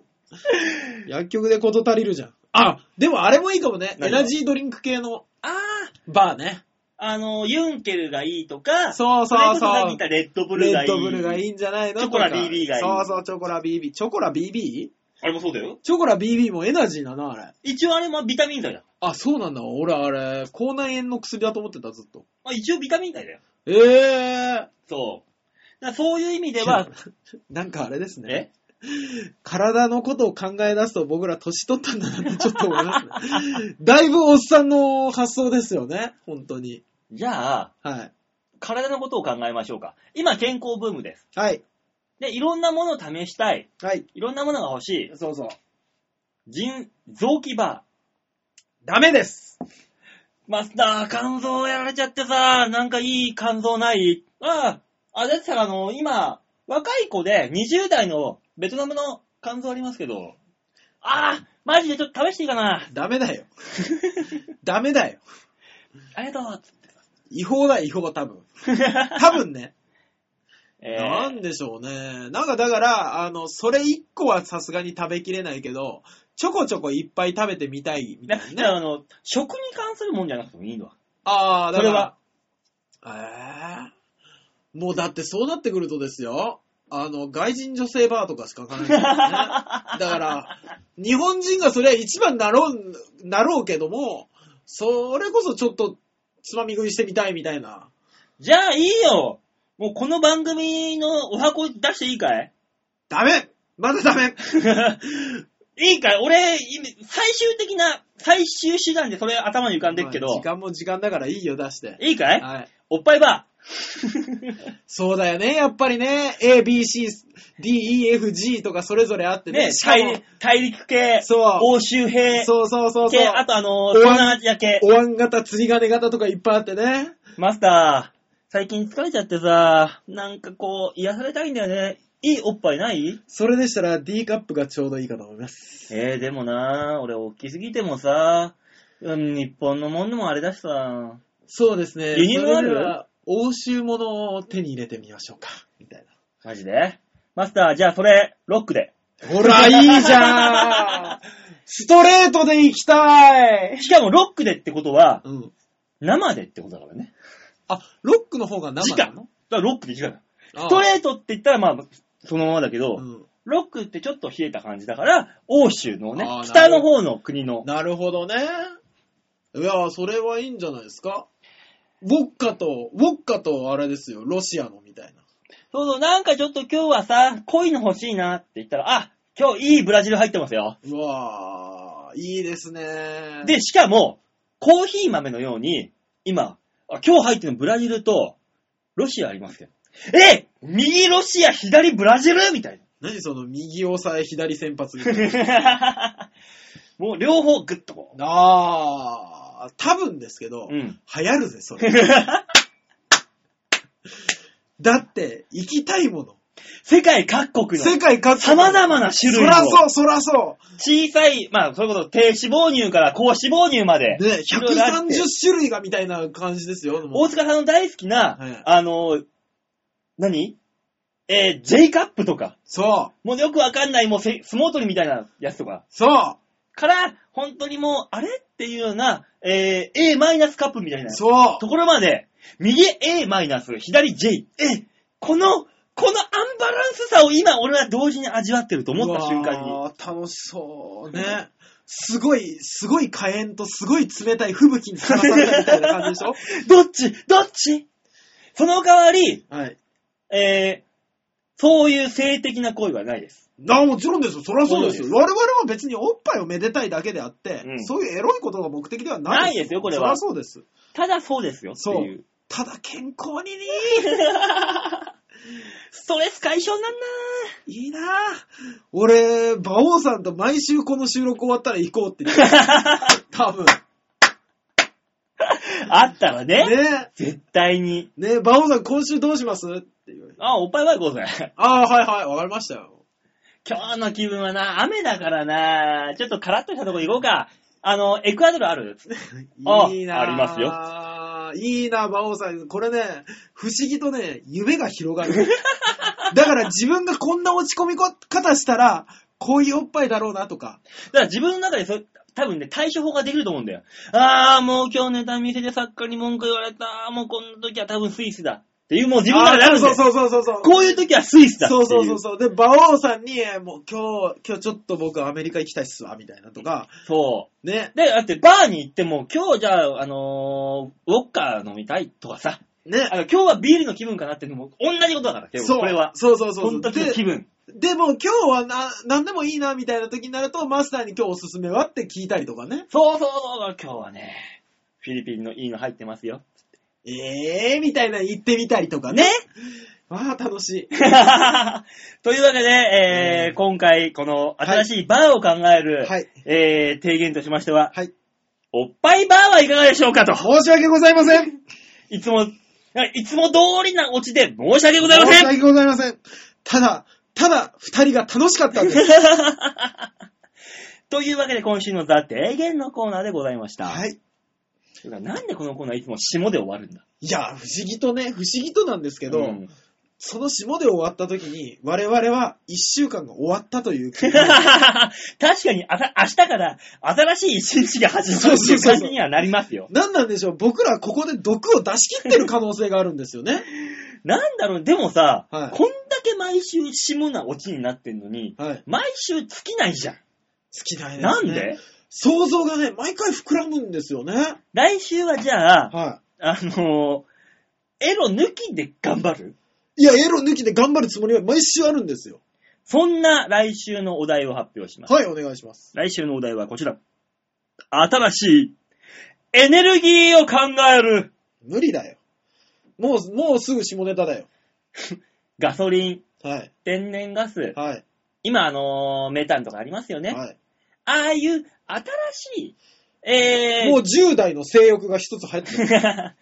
[SPEAKER 3] [laughs] 薬局で事足りるじゃん。あ、でもあれもいいかもね。エ
[SPEAKER 2] 何が
[SPEAKER 3] ナジードリンク系の
[SPEAKER 2] ああ、
[SPEAKER 3] バーね。
[SPEAKER 2] あの、ユンケルがいいとか、
[SPEAKER 3] そうそうそう
[SPEAKER 2] れこさっき言ったレッドブル
[SPEAKER 3] レ
[SPEAKER 2] がい
[SPEAKER 3] ッ
[SPEAKER 2] い。
[SPEAKER 3] ドブルがいいんじゃないの
[SPEAKER 2] チョコラ
[SPEAKER 3] とか
[SPEAKER 2] BB がいい
[SPEAKER 3] そうそう、チョコラ BB。チョコラ BB?
[SPEAKER 2] あれもそうだよ。
[SPEAKER 3] チョコラ BB もエナジーだな、あれ。
[SPEAKER 2] 一応あれもビタミン剤だ。
[SPEAKER 3] あ、そうなんだ。俺、あれ、口内炎の薬だと思ってた、ずっと。
[SPEAKER 2] まあ、一応ビタミン剤だよ。
[SPEAKER 3] ええ
[SPEAKER 2] そう。だからそういう意味で
[SPEAKER 3] ー。
[SPEAKER 2] は、
[SPEAKER 3] [laughs] なんかあれですね。
[SPEAKER 2] え
[SPEAKER 3] 体のことを考え出すと僕ら年取ったんだなってちょっ [laughs] と思いますね。だいぶおっさんの発想ですよね。本当に。
[SPEAKER 2] [laughs] じゃあ、
[SPEAKER 3] はい。
[SPEAKER 2] 体のことを考えましょうか。今、健康ブームです。
[SPEAKER 3] はい。
[SPEAKER 2] で、いろんなものを試したい。
[SPEAKER 3] はい。
[SPEAKER 2] いろんなものが欲しい。
[SPEAKER 3] そうそう。
[SPEAKER 2] 腎、臓器バー。
[SPEAKER 3] ダメです
[SPEAKER 2] マスター、肝臓やられちゃってさ、なんかいい肝臓ないああ、あ、だってさ、あの、今、若い子で20代のベトナムの肝臓ありますけど、ああ、マジでちょっと試していいかな。
[SPEAKER 3] [laughs] ダメだよ。ダメだよ。 [laughs]
[SPEAKER 2] ありがとう。つって
[SPEAKER 3] 違法だ、違法、多分。多分 [laughs] ね。
[SPEAKER 2] えー
[SPEAKER 3] なんでしょうね。なんかだから、あの、それ一個はさすがに食べきれないけど、ちょこちょこいっぱい食べてみたいみた
[SPEAKER 2] だ
[SPEAKER 3] い
[SPEAKER 2] か
[SPEAKER 3] な
[SPEAKER 2] ら、
[SPEAKER 3] ね。
[SPEAKER 2] あの、食に関するもんじゃなくてもいいの。
[SPEAKER 3] ああ、だ
[SPEAKER 2] そ
[SPEAKER 3] か
[SPEAKER 2] れ
[SPEAKER 3] ら
[SPEAKER 2] は。、
[SPEAKER 3] ええもうだってそうなってくるとですよ。あの、外人女性バーとかしか行かな
[SPEAKER 2] [laughs]
[SPEAKER 3] いですよね。だから、日本人がそれは一番なろう、なろうけども、それこそちょっとつまみ食いしてみたいみたいな。
[SPEAKER 2] じゃあいいよもうこの番組のお箱出していいかい
[SPEAKER 3] ダメまだダメ
[SPEAKER 2] [laughs] いいかい俺、今最終的な、最終手段でそれ頭に浮かんでっけど
[SPEAKER 3] まあ、時間も時間だからいいよ、出して。
[SPEAKER 2] いいかい
[SPEAKER 3] はい。
[SPEAKER 2] おっぱいバ
[SPEAKER 3] そうだよね、やっぱりね。A, B, C, D, E, F, G とかそれぞれあっ
[SPEAKER 2] ー。
[SPEAKER 3] てね。
[SPEAKER 2] ね
[SPEAKER 3] し、かも
[SPEAKER 2] 大大陸系、
[SPEAKER 3] そ
[SPEAKER 2] 欧州系
[SPEAKER 3] う。、そうそうそうそう
[SPEAKER 2] 系、。あとあの、
[SPEAKER 3] おわん
[SPEAKER 2] 東南アジア系。
[SPEAKER 3] [laughs] お椀型、釣り鐘型とかいっぱいあってね。
[SPEAKER 2] マスター、最近疲れちゃってさ、なんかこう、癒されたいんだよね。いいおっぱいない
[SPEAKER 3] それでしたら D カップがちょうどいいかと思います。
[SPEAKER 2] えー、でもな、俺大きすぎてもさ、うん、日本のもんでもあれだしさ、
[SPEAKER 3] そうですね。
[SPEAKER 2] 輸入もある
[SPEAKER 3] それでは欧州ものを手に入れてみましょうか。みたいな。
[SPEAKER 2] マジでマスター、じゃあそれ、ロックで。
[SPEAKER 3] ほら、いいじ [laughs] ゃんストレートで行きたい
[SPEAKER 2] しかもロックでってことは、
[SPEAKER 3] うん。
[SPEAKER 2] 生でってことだからね。
[SPEAKER 3] あ、ロックの方が生な
[SPEAKER 2] だ
[SPEAKER 3] の
[SPEAKER 2] からロックで違う。
[SPEAKER 3] ス
[SPEAKER 2] ストレートって言ったらまあ、そのままだけど、
[SPEAKER 3] うん
[SPEAKER 2] ロックってちょっと冷えた感じだから、欧州のね
[SPEAKER 3] あー、
[SPEAKER 2] 北の方の国の。
[SPEAKER 3] なるほどね。いや、それはいいんじゃないですか。ウォッカと、ウォッカとあれですよ、ロシアのみたいな。
[SPEAKER 2] そうそう、なんかちょっと今日はさ、濃いの欲しいなって言ったら、あ、今日いいブラジル入ってますよ。
[SPEAKER 3] うわー、いいですね。
[SPEAKER 2] で、しかも、コーヒー豆のように、今、あ今日入ってるのブラジルと、ロシアありますけど。え右ロシア、左ブラジルみたい
[SPEAKER 3] 何その右抑え、左先発みたいな。
[SPEAKER 2] な。 [laughs] もう両方グッとこ [laughs]
[SPEAKER 3] あー、多分ですけど、
[SPEAKER 2] う。うん。
[SPEAKER 3] 流行るぜ、それ。だって、行きたいもの。
[SPEAKER 2] [laughs] 世界各国
[SPEAKER 3] 世
[SPEAKER 2] の
[SPEAKER 3] 界各国。
[SPEAKER 2] 様々な種類
[SPEAKER 3] そら
[SPEAKER 2] の
[SPEAKER 3] そう、そらそ
[SPEAKER 2] 小さい、まあ、そういうこと、低脂肪乳から高脂肪乳まで
[SPEAKER 3] う。、ね、
[SPEAKER 2] いろいろあって
[SPEAKER 3] 130種類がみたいな感じですよ。もう
[SPEAKER 2] 大塚さんの大好きな、
[SPEAKER 3] はい
[SPEAKER 2] あの、何えー、J カップとか、
[SPEAKER 3] そう、
[SPEAKER 2] もうよくわかんない、もうせ相撲取りみたいなやつとか、
[SPEAKER 3] そう。
[SPEAKER 2] から、本当にもう、あれっていうような、えー、A マイナスカップみたいな
[SPEAKER 3] そう
[SPEAKER 2] ところまで、右 A マイナス、左 J、え、この、このアンバランスさを今、俺は同時に味わってると思った瞬間
[SPEAKER 3] う
[SPEAKER 2] に、
[SPEAKER 3] わー楽しそうね。すごい、すごい火炎とすごい冷たい吹雪にさらされたみたいな感
[SPEAKER 2] [laughs]
[SPEAKER 3] じでし
[SPEAKER 2] どっちどっちその代わり、
[SPEAKER 3] ょはい。
[SPEAKER 2] えー、そういう性的な行為はないです。
[SPEAKER 3] あもちろんですよ。そりゃそうですよ。
[SPEAKER 2] そうです
[SPEAKER 3] 我々は別におっぱいをめでたいだけであって、
[SPEAKER 2] うん
[SPEAKER 3] そういうエロいことが目的ではない
[SPEAKER 2] ないですよこれは
[SPEAKER 3] そりゃそうです。
[SPEAKER 2] ただそうですよっていう。
[SPEAKER 3] ただ健康にね、
[SPEAKER 2] [laughs] ストレス解消になんない
[SPEAKER 3] いなぁ。俺、馬王さんと毎週この収録終わったら行こうっ
[SPEAKER 2] [laughs]
[SPEAKER 3] て言ってた。多分。
[SPEAKER 2] ー [laughs] あったらね、
[SPEAKER 3] ね
[SPEAKER 2] 絶対に。
[SPEAKER 3] ね馬王さん今週どうしますっていう。
[SPEAKER 2] あ、おっぱいは行こうぜ。
[SPEAKER 3] ああ、はいはい、わかりましたよ。
[SPEAKER 2] [laughs] 今日の気分はな、雨だからな、ちょっとカラッとしたとこ行こうか。あの、エクアドルあるあ
[SPEAKER 3] いいなぁ
[SPEAKER 2] ありますよ。
[SPEAKER 3] いいなぁ、馬王さん。これね、不思議とね、夢が広がる。 [laughs] だから自分がこんな落ち込み方したら、こういうおっぱいだろうなとか。
[SPEAKER 2] だから自分の中でそ多分ね、対処法ができると思うんだよ。あー、もう今日ネタ見せで作家に文句言われた。もうこんな時は多分スイスだ。っていう、もう自分の中であるんだ
[SPEAKER 3] そう
[SPEAKER 2] よ。
[SPEAKER 3] そうそうそうそう。
[SPEAKER 2] こういう時はスイスだってい。
[SPEAKER 3] そううそうそうそう。で、馬王さんに、もう今日、今日ちょっと僕アメリカ行きたいっすわ、みたいなとか。
[SPEAKER 2] そう。
[SPEAKER 3] ね。
[SPEAKER 2] で、だってバーに行っても、今日じゃあ、あのーウォッカー飲みたいとかさ、
[SPEAKER 3] ね
[SPEAKER 2] あ。の今日はビールの気分かなっていうのも同じことだから、結
[SPEAKER 3] そ
[SPEAKER 2] 構
[SPEAKER 3] う。
[SPEAKER 2] これは。
[SPEAKER 3] そうそうそ
[SPEAKER 2] そうの
[SPEAKER 3] そう。
[SPEAKER 2] 時の気分。
[SPEAKER 3] で、でも今日はな、なんでもいいな、みたいな時になると、マスターに今日おすすめはって聞いたりとかね。
[SPEAKER 2] そうそうそう、今日はね、フィリピンのいいの入ってます
[SPEAKER 3] [laughs]
[SPEAKER 2] よ。
[SPEAKER 3] ええー、みたいな言ってみたりとかね。
[SPEAKER 2] ね
[SPEAKER 3] わあ、楽しい。
[SPEAKER 2] というわけで、えー
[SPEAKER 3] うん
[SPEAKER 2] 今回、この新しいバーを考える、
[SPEAKER 3] はい。
[SPEAKER 2] えー提言としましては、
[SPEAKER 3] はい。
[SPEAKER 2] おっぱいバーはいかがでしょうかと。
[SPEAKER 3] 申し訳ございません。
[SPEAKER 2] いつも、いつも通りなオチで申し訳ございま
[SPEAKER 3] 申
[SPEAKER 2] せ
[SPEAKER 3] し
[SPEAKER 2] ん [laughs]
[SPEAKER 3] 訳ございません。ただ、ただ、二人が楽しかったん [laughs] です。
[SPEAKER 2] というわけで今週のザ・提言のコーナーでございました。
[SPEAKER 3] はい。
[SPEAKER 2] てかなんでこのコーナーいつも霜で終わるんだ
[SPEAKER 3] いや、不思議とね、不思議となんですけ
[SPEAKER 2] け
[SPEAKER 3] ど、
[SPEAKER 2] うん、 [laughs]
[SPEAKER 3] その下で終わった時に、我々は一週間が終わったという。 [laughs]
[SPEAKER 2] 確かにあた、明日から新しい一日が始まるっていう感じにはなりますよ。
[SPEAKER 3] 何なんでしょう僕らここで毒を出し切ってる可能性があるんですよね。
[SPEAKER 2] なんだろう、でもさ、
[SPEAKER 3] はい
[SPEAKER 2] こんだけ毎週霜なオチになってんのに、
[SPEAKER 3] はい。
[SPEAKER 2] 毎週尽きないじゃん。
[SPEAKER 3] 尽きないですね。
[SPEAKER 2] なんで
[SPEAKER 3] 想像がね、毎回膨らむんですよね。
[SPEAKER 2] 来週はじゃあ、
[SPEAKER 3] は
[SPEAKER 2] あのーエロ抜きで頑張る
[SPEAKER 3] い。いや、エロ抜きで頑張るつもりは毎週あるんですよ。
[SPEAKER 2] そんな来週のお題を発表します。
[SPEAKER 3] はい、お願いします。
[SPEAKER 2] 来週のお題はこちら。新しいエネルギーを考える。
[SPEAKER 3] 無理だよ。もう、もうすぐ下ネタだよ。
[SPEAKER 2] ガソリン、
[SPEAKER 3] はい。
[SPEAKER 2] 天然ガス。
[SPEAKER 3] はい。
[SPEAKER 2] 今、あのーメタンとかありますよね。
[SPEAKER 3] はい。
[SPEAKER 2] ああいう新しい、えー、
[SPEAKER 3] もう10代の性欲が一つ入ってる。
[SPEAKER 2] [laughs]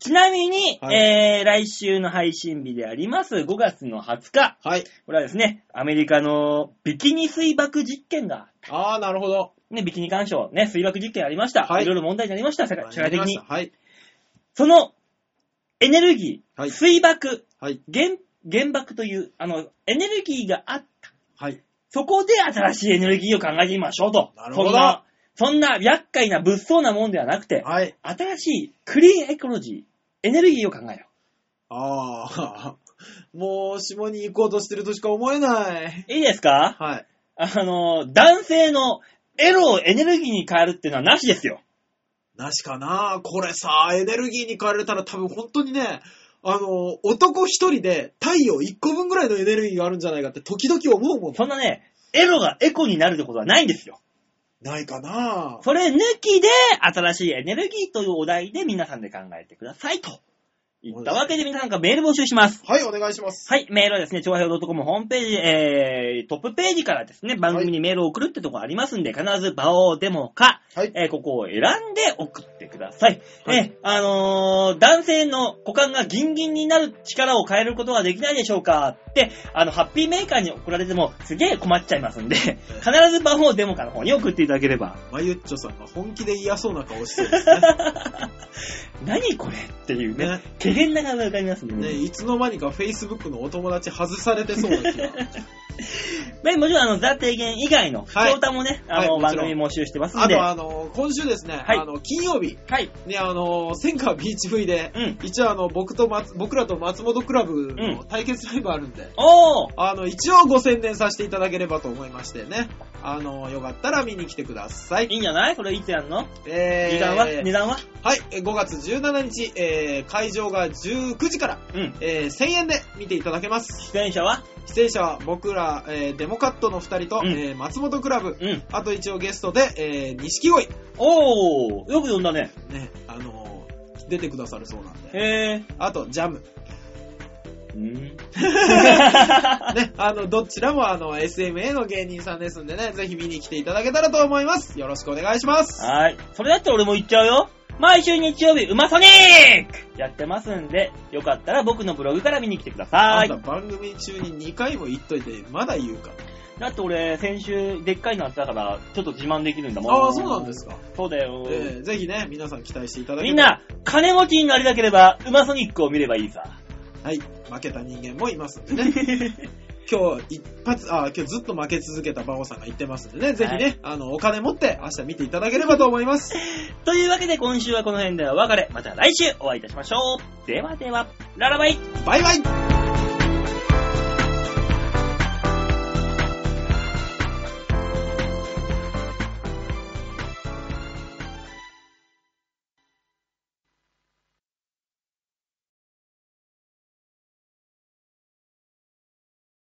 [SPEAKER 2] ちなみに、
[SPEAKER 3] はい
[SPEAKER 2] えー、来週の配信日であります、5月の20日。
[SPEAKER 3] はい。
[SPEAKER 2] これはですね、アメリカのビキニ水爆実験が、
[SPEAKER 3] あー、なるほど。
[SPEAKER 2] ね、ビキニ干渉、ね、水爆実験ありました。
[SPEAKER 3] はい
[SPEAKER 2] い。ろいろ問題になりました、社会社会的に。
[SPEAKER 3] はい。
[SPEAKER 2] その、エネルギー、
[SPEAKER 3] はい
[SPEAKER 2] 水爆、
[SPEAKER 3] はい。
[SPEAKER 2] 原、原爆という、あの、エネルギーがあった。
[SPEAKER 3] はい。
[SPEAKER 2] そこで新しいエネルギーを考えてみましょうと。
[SPEAKER 3] なるほど
[SPEAKER 2] そんな、そんな厄介な物騒なもんではなくて、
[SPEAKER 3] はい。
[SPEAKER 2] 新しいクリーンエコロジー、エネルギーを考えよ
[SPEAKER 3] あー。 [laughs] もう、下に行こうとしてるとしか思えない。
[SPEAKER 2] う。いいですか
[SPEAKER 3] はい。
[SPEAKER 2] あの、男性のエロをエネルギーに変えるっていうのはなしですよ。
[SPEAKER 3] なしかなこれさ、エネルギーに変えられたら多分本当にね、あの、男一人で太陽一個分ぐらいのエネルギーがあるんじゃないかって時々思うもん。
[SPEAKER 2] そんなね、エロがエコになるってことはないんですよ。
[SPEAKER 3] ないかな
[SPEAKER 2] それ抜きで、新しいエネルギーというお題で皆さんで考えてくださいと。言ったわけで皆さんからメール募集します。
[SPEAKER 3] はい、お願いします。
[SPEAKER 2] はい、メールはですね、超平洋 .com ホームページ、えー、トップページからですね、番組にメールを送るってとこありますんで、必ず場をデモか、
[SPEAKER 3] はい。
[SPEAKER 2] えーここを選んで送ってください。
[SPEAKER 3] はい
[SPEAKER 2] えーあのー男性の股間がギンギンになる力を変えることはできないでしょうかって、あの、ハッピーメーカーに送られてもすげえ困っちゃいますん [laughs] で、必ず番号デモかの方に送っていただければ、
[SPEAKER 3] マユッチョさんが本気で嫌そうな顔してるんですね。
[SPEAKER 2] 何これっていうね、
[SPEAKER 3] ね
[SPEAKER 2] けげんながら浮かびますんでね
[SPEAKER 3] ね、いつの間にか Facebook のお友達外されてそうな気が。
[SPEAKER 2] まあもちろん、あの、ザ提言以外の、不
[SPEAKER 3] はい
[SPEAKER 2] 調歌もね、あの、
[SPEAKER 3] はいもち
[SPEAKER 2] 番
[SPEAKER 3] ろん
[SPEAKER 2] 組募集してますん
[SPEAKER 3] あ
[SPEAKER 2] で、
[SPEAKER 3] と
[SPEAKER 2] は
[SPEAKER 3] あの、今週ですね、
[SPEAKER 2] はい
[SPEAKER 3] あの、金曜日、
[SPEAKER 2] い、
[SPEAKER 3] ね、あの、センカービーチ V で、
[SPEAKER 2] うん。
[SPEAKER 3] 一応あの、僕と松、僕らと松本クラブの対決ライブあるんで、
[SPEAKER 2] おー
[SPEAKER 3] あの、一応ご宣伝させていただければと思いましてね。あの、よかったら見に来てください。
[SPEAKER 2] いいんじゃないこれいつやんの
[SPEAKER 3] えー
[SPEAKER 2] 時間は値段は
[SPEAKER 3] はい、えー5月17日、えー会場が19時から、
[SPEAKER 2] うん。
[SPEAKER 3] えー1000円で見ていただけます。
[SPEAKER 2] 出演者は
[SPEAKER 3] 出演者は僕ら、えーデモカットの2人と、
[SPEAKER 2] うん
[SPEAKER 3] えー松本クラブ、
[SPEAKER 2] うん。
[SPEAKER 3] あと一応ゲストで、えー錦鯉、
[SPEAKER 2] おーよく呼んだね。
[SPEAKER 3] ね、あのー出てくださるそうなんで。
[SPEAKER 2] へー
[SPEAKER 3] あと、ジャム。
[SPEAKER 2] うん。
[SPEAKER 3] ね、あの、どちらもあの、SMA の芸人さんですんでね、ぜひ見に来ていただけたらと思います。よろしくお願いします。
[SPEAKER 2] はーい。それだったら俺も言っちゃうよ。毎週日曜日、うまソニックやってますんで、よかったら僕のブログから見に来てくださ
[SPEAKER 3] あん
[SPEAKER 2] い
[SPEAKER 3] た。番組中に2回も言っといて、まだ言うか。
[SPEAKER 2] だって俺、先週、でっかいのあったから、ちょっと自慢できるんだもん。
[SPEAKER 3] ああ、そうなんですか。
[SPEAKER 2] そうだよ。
[SPEAKER 3] えーぜひね、皆さん期待していただけ
[SPEAKER 2] み
[SPEAKER 3] れ
[SPEAKER 2] ん
[SPEAKER 3] ば。
[SPEAKER 2] な、金持ちになりたければ、ウマソニックを見ればいいさ。 [laughs]
[SPEAKER 3] はい、負けた人間もいますんでね。今日一発、あー今日ずっと負け続けた馬王さんが言ってますんでね、ぜひね、
[SPEAKER 2] はい
[SPEAKER 3] あの、お金持って明日見ていただければと思います。
[SPEAKER 2] というわけで今週はこの辺でお別れ。また来週お会いいたしましょう。ではでは、ララバイ
[SPEAKER 3] バイバイ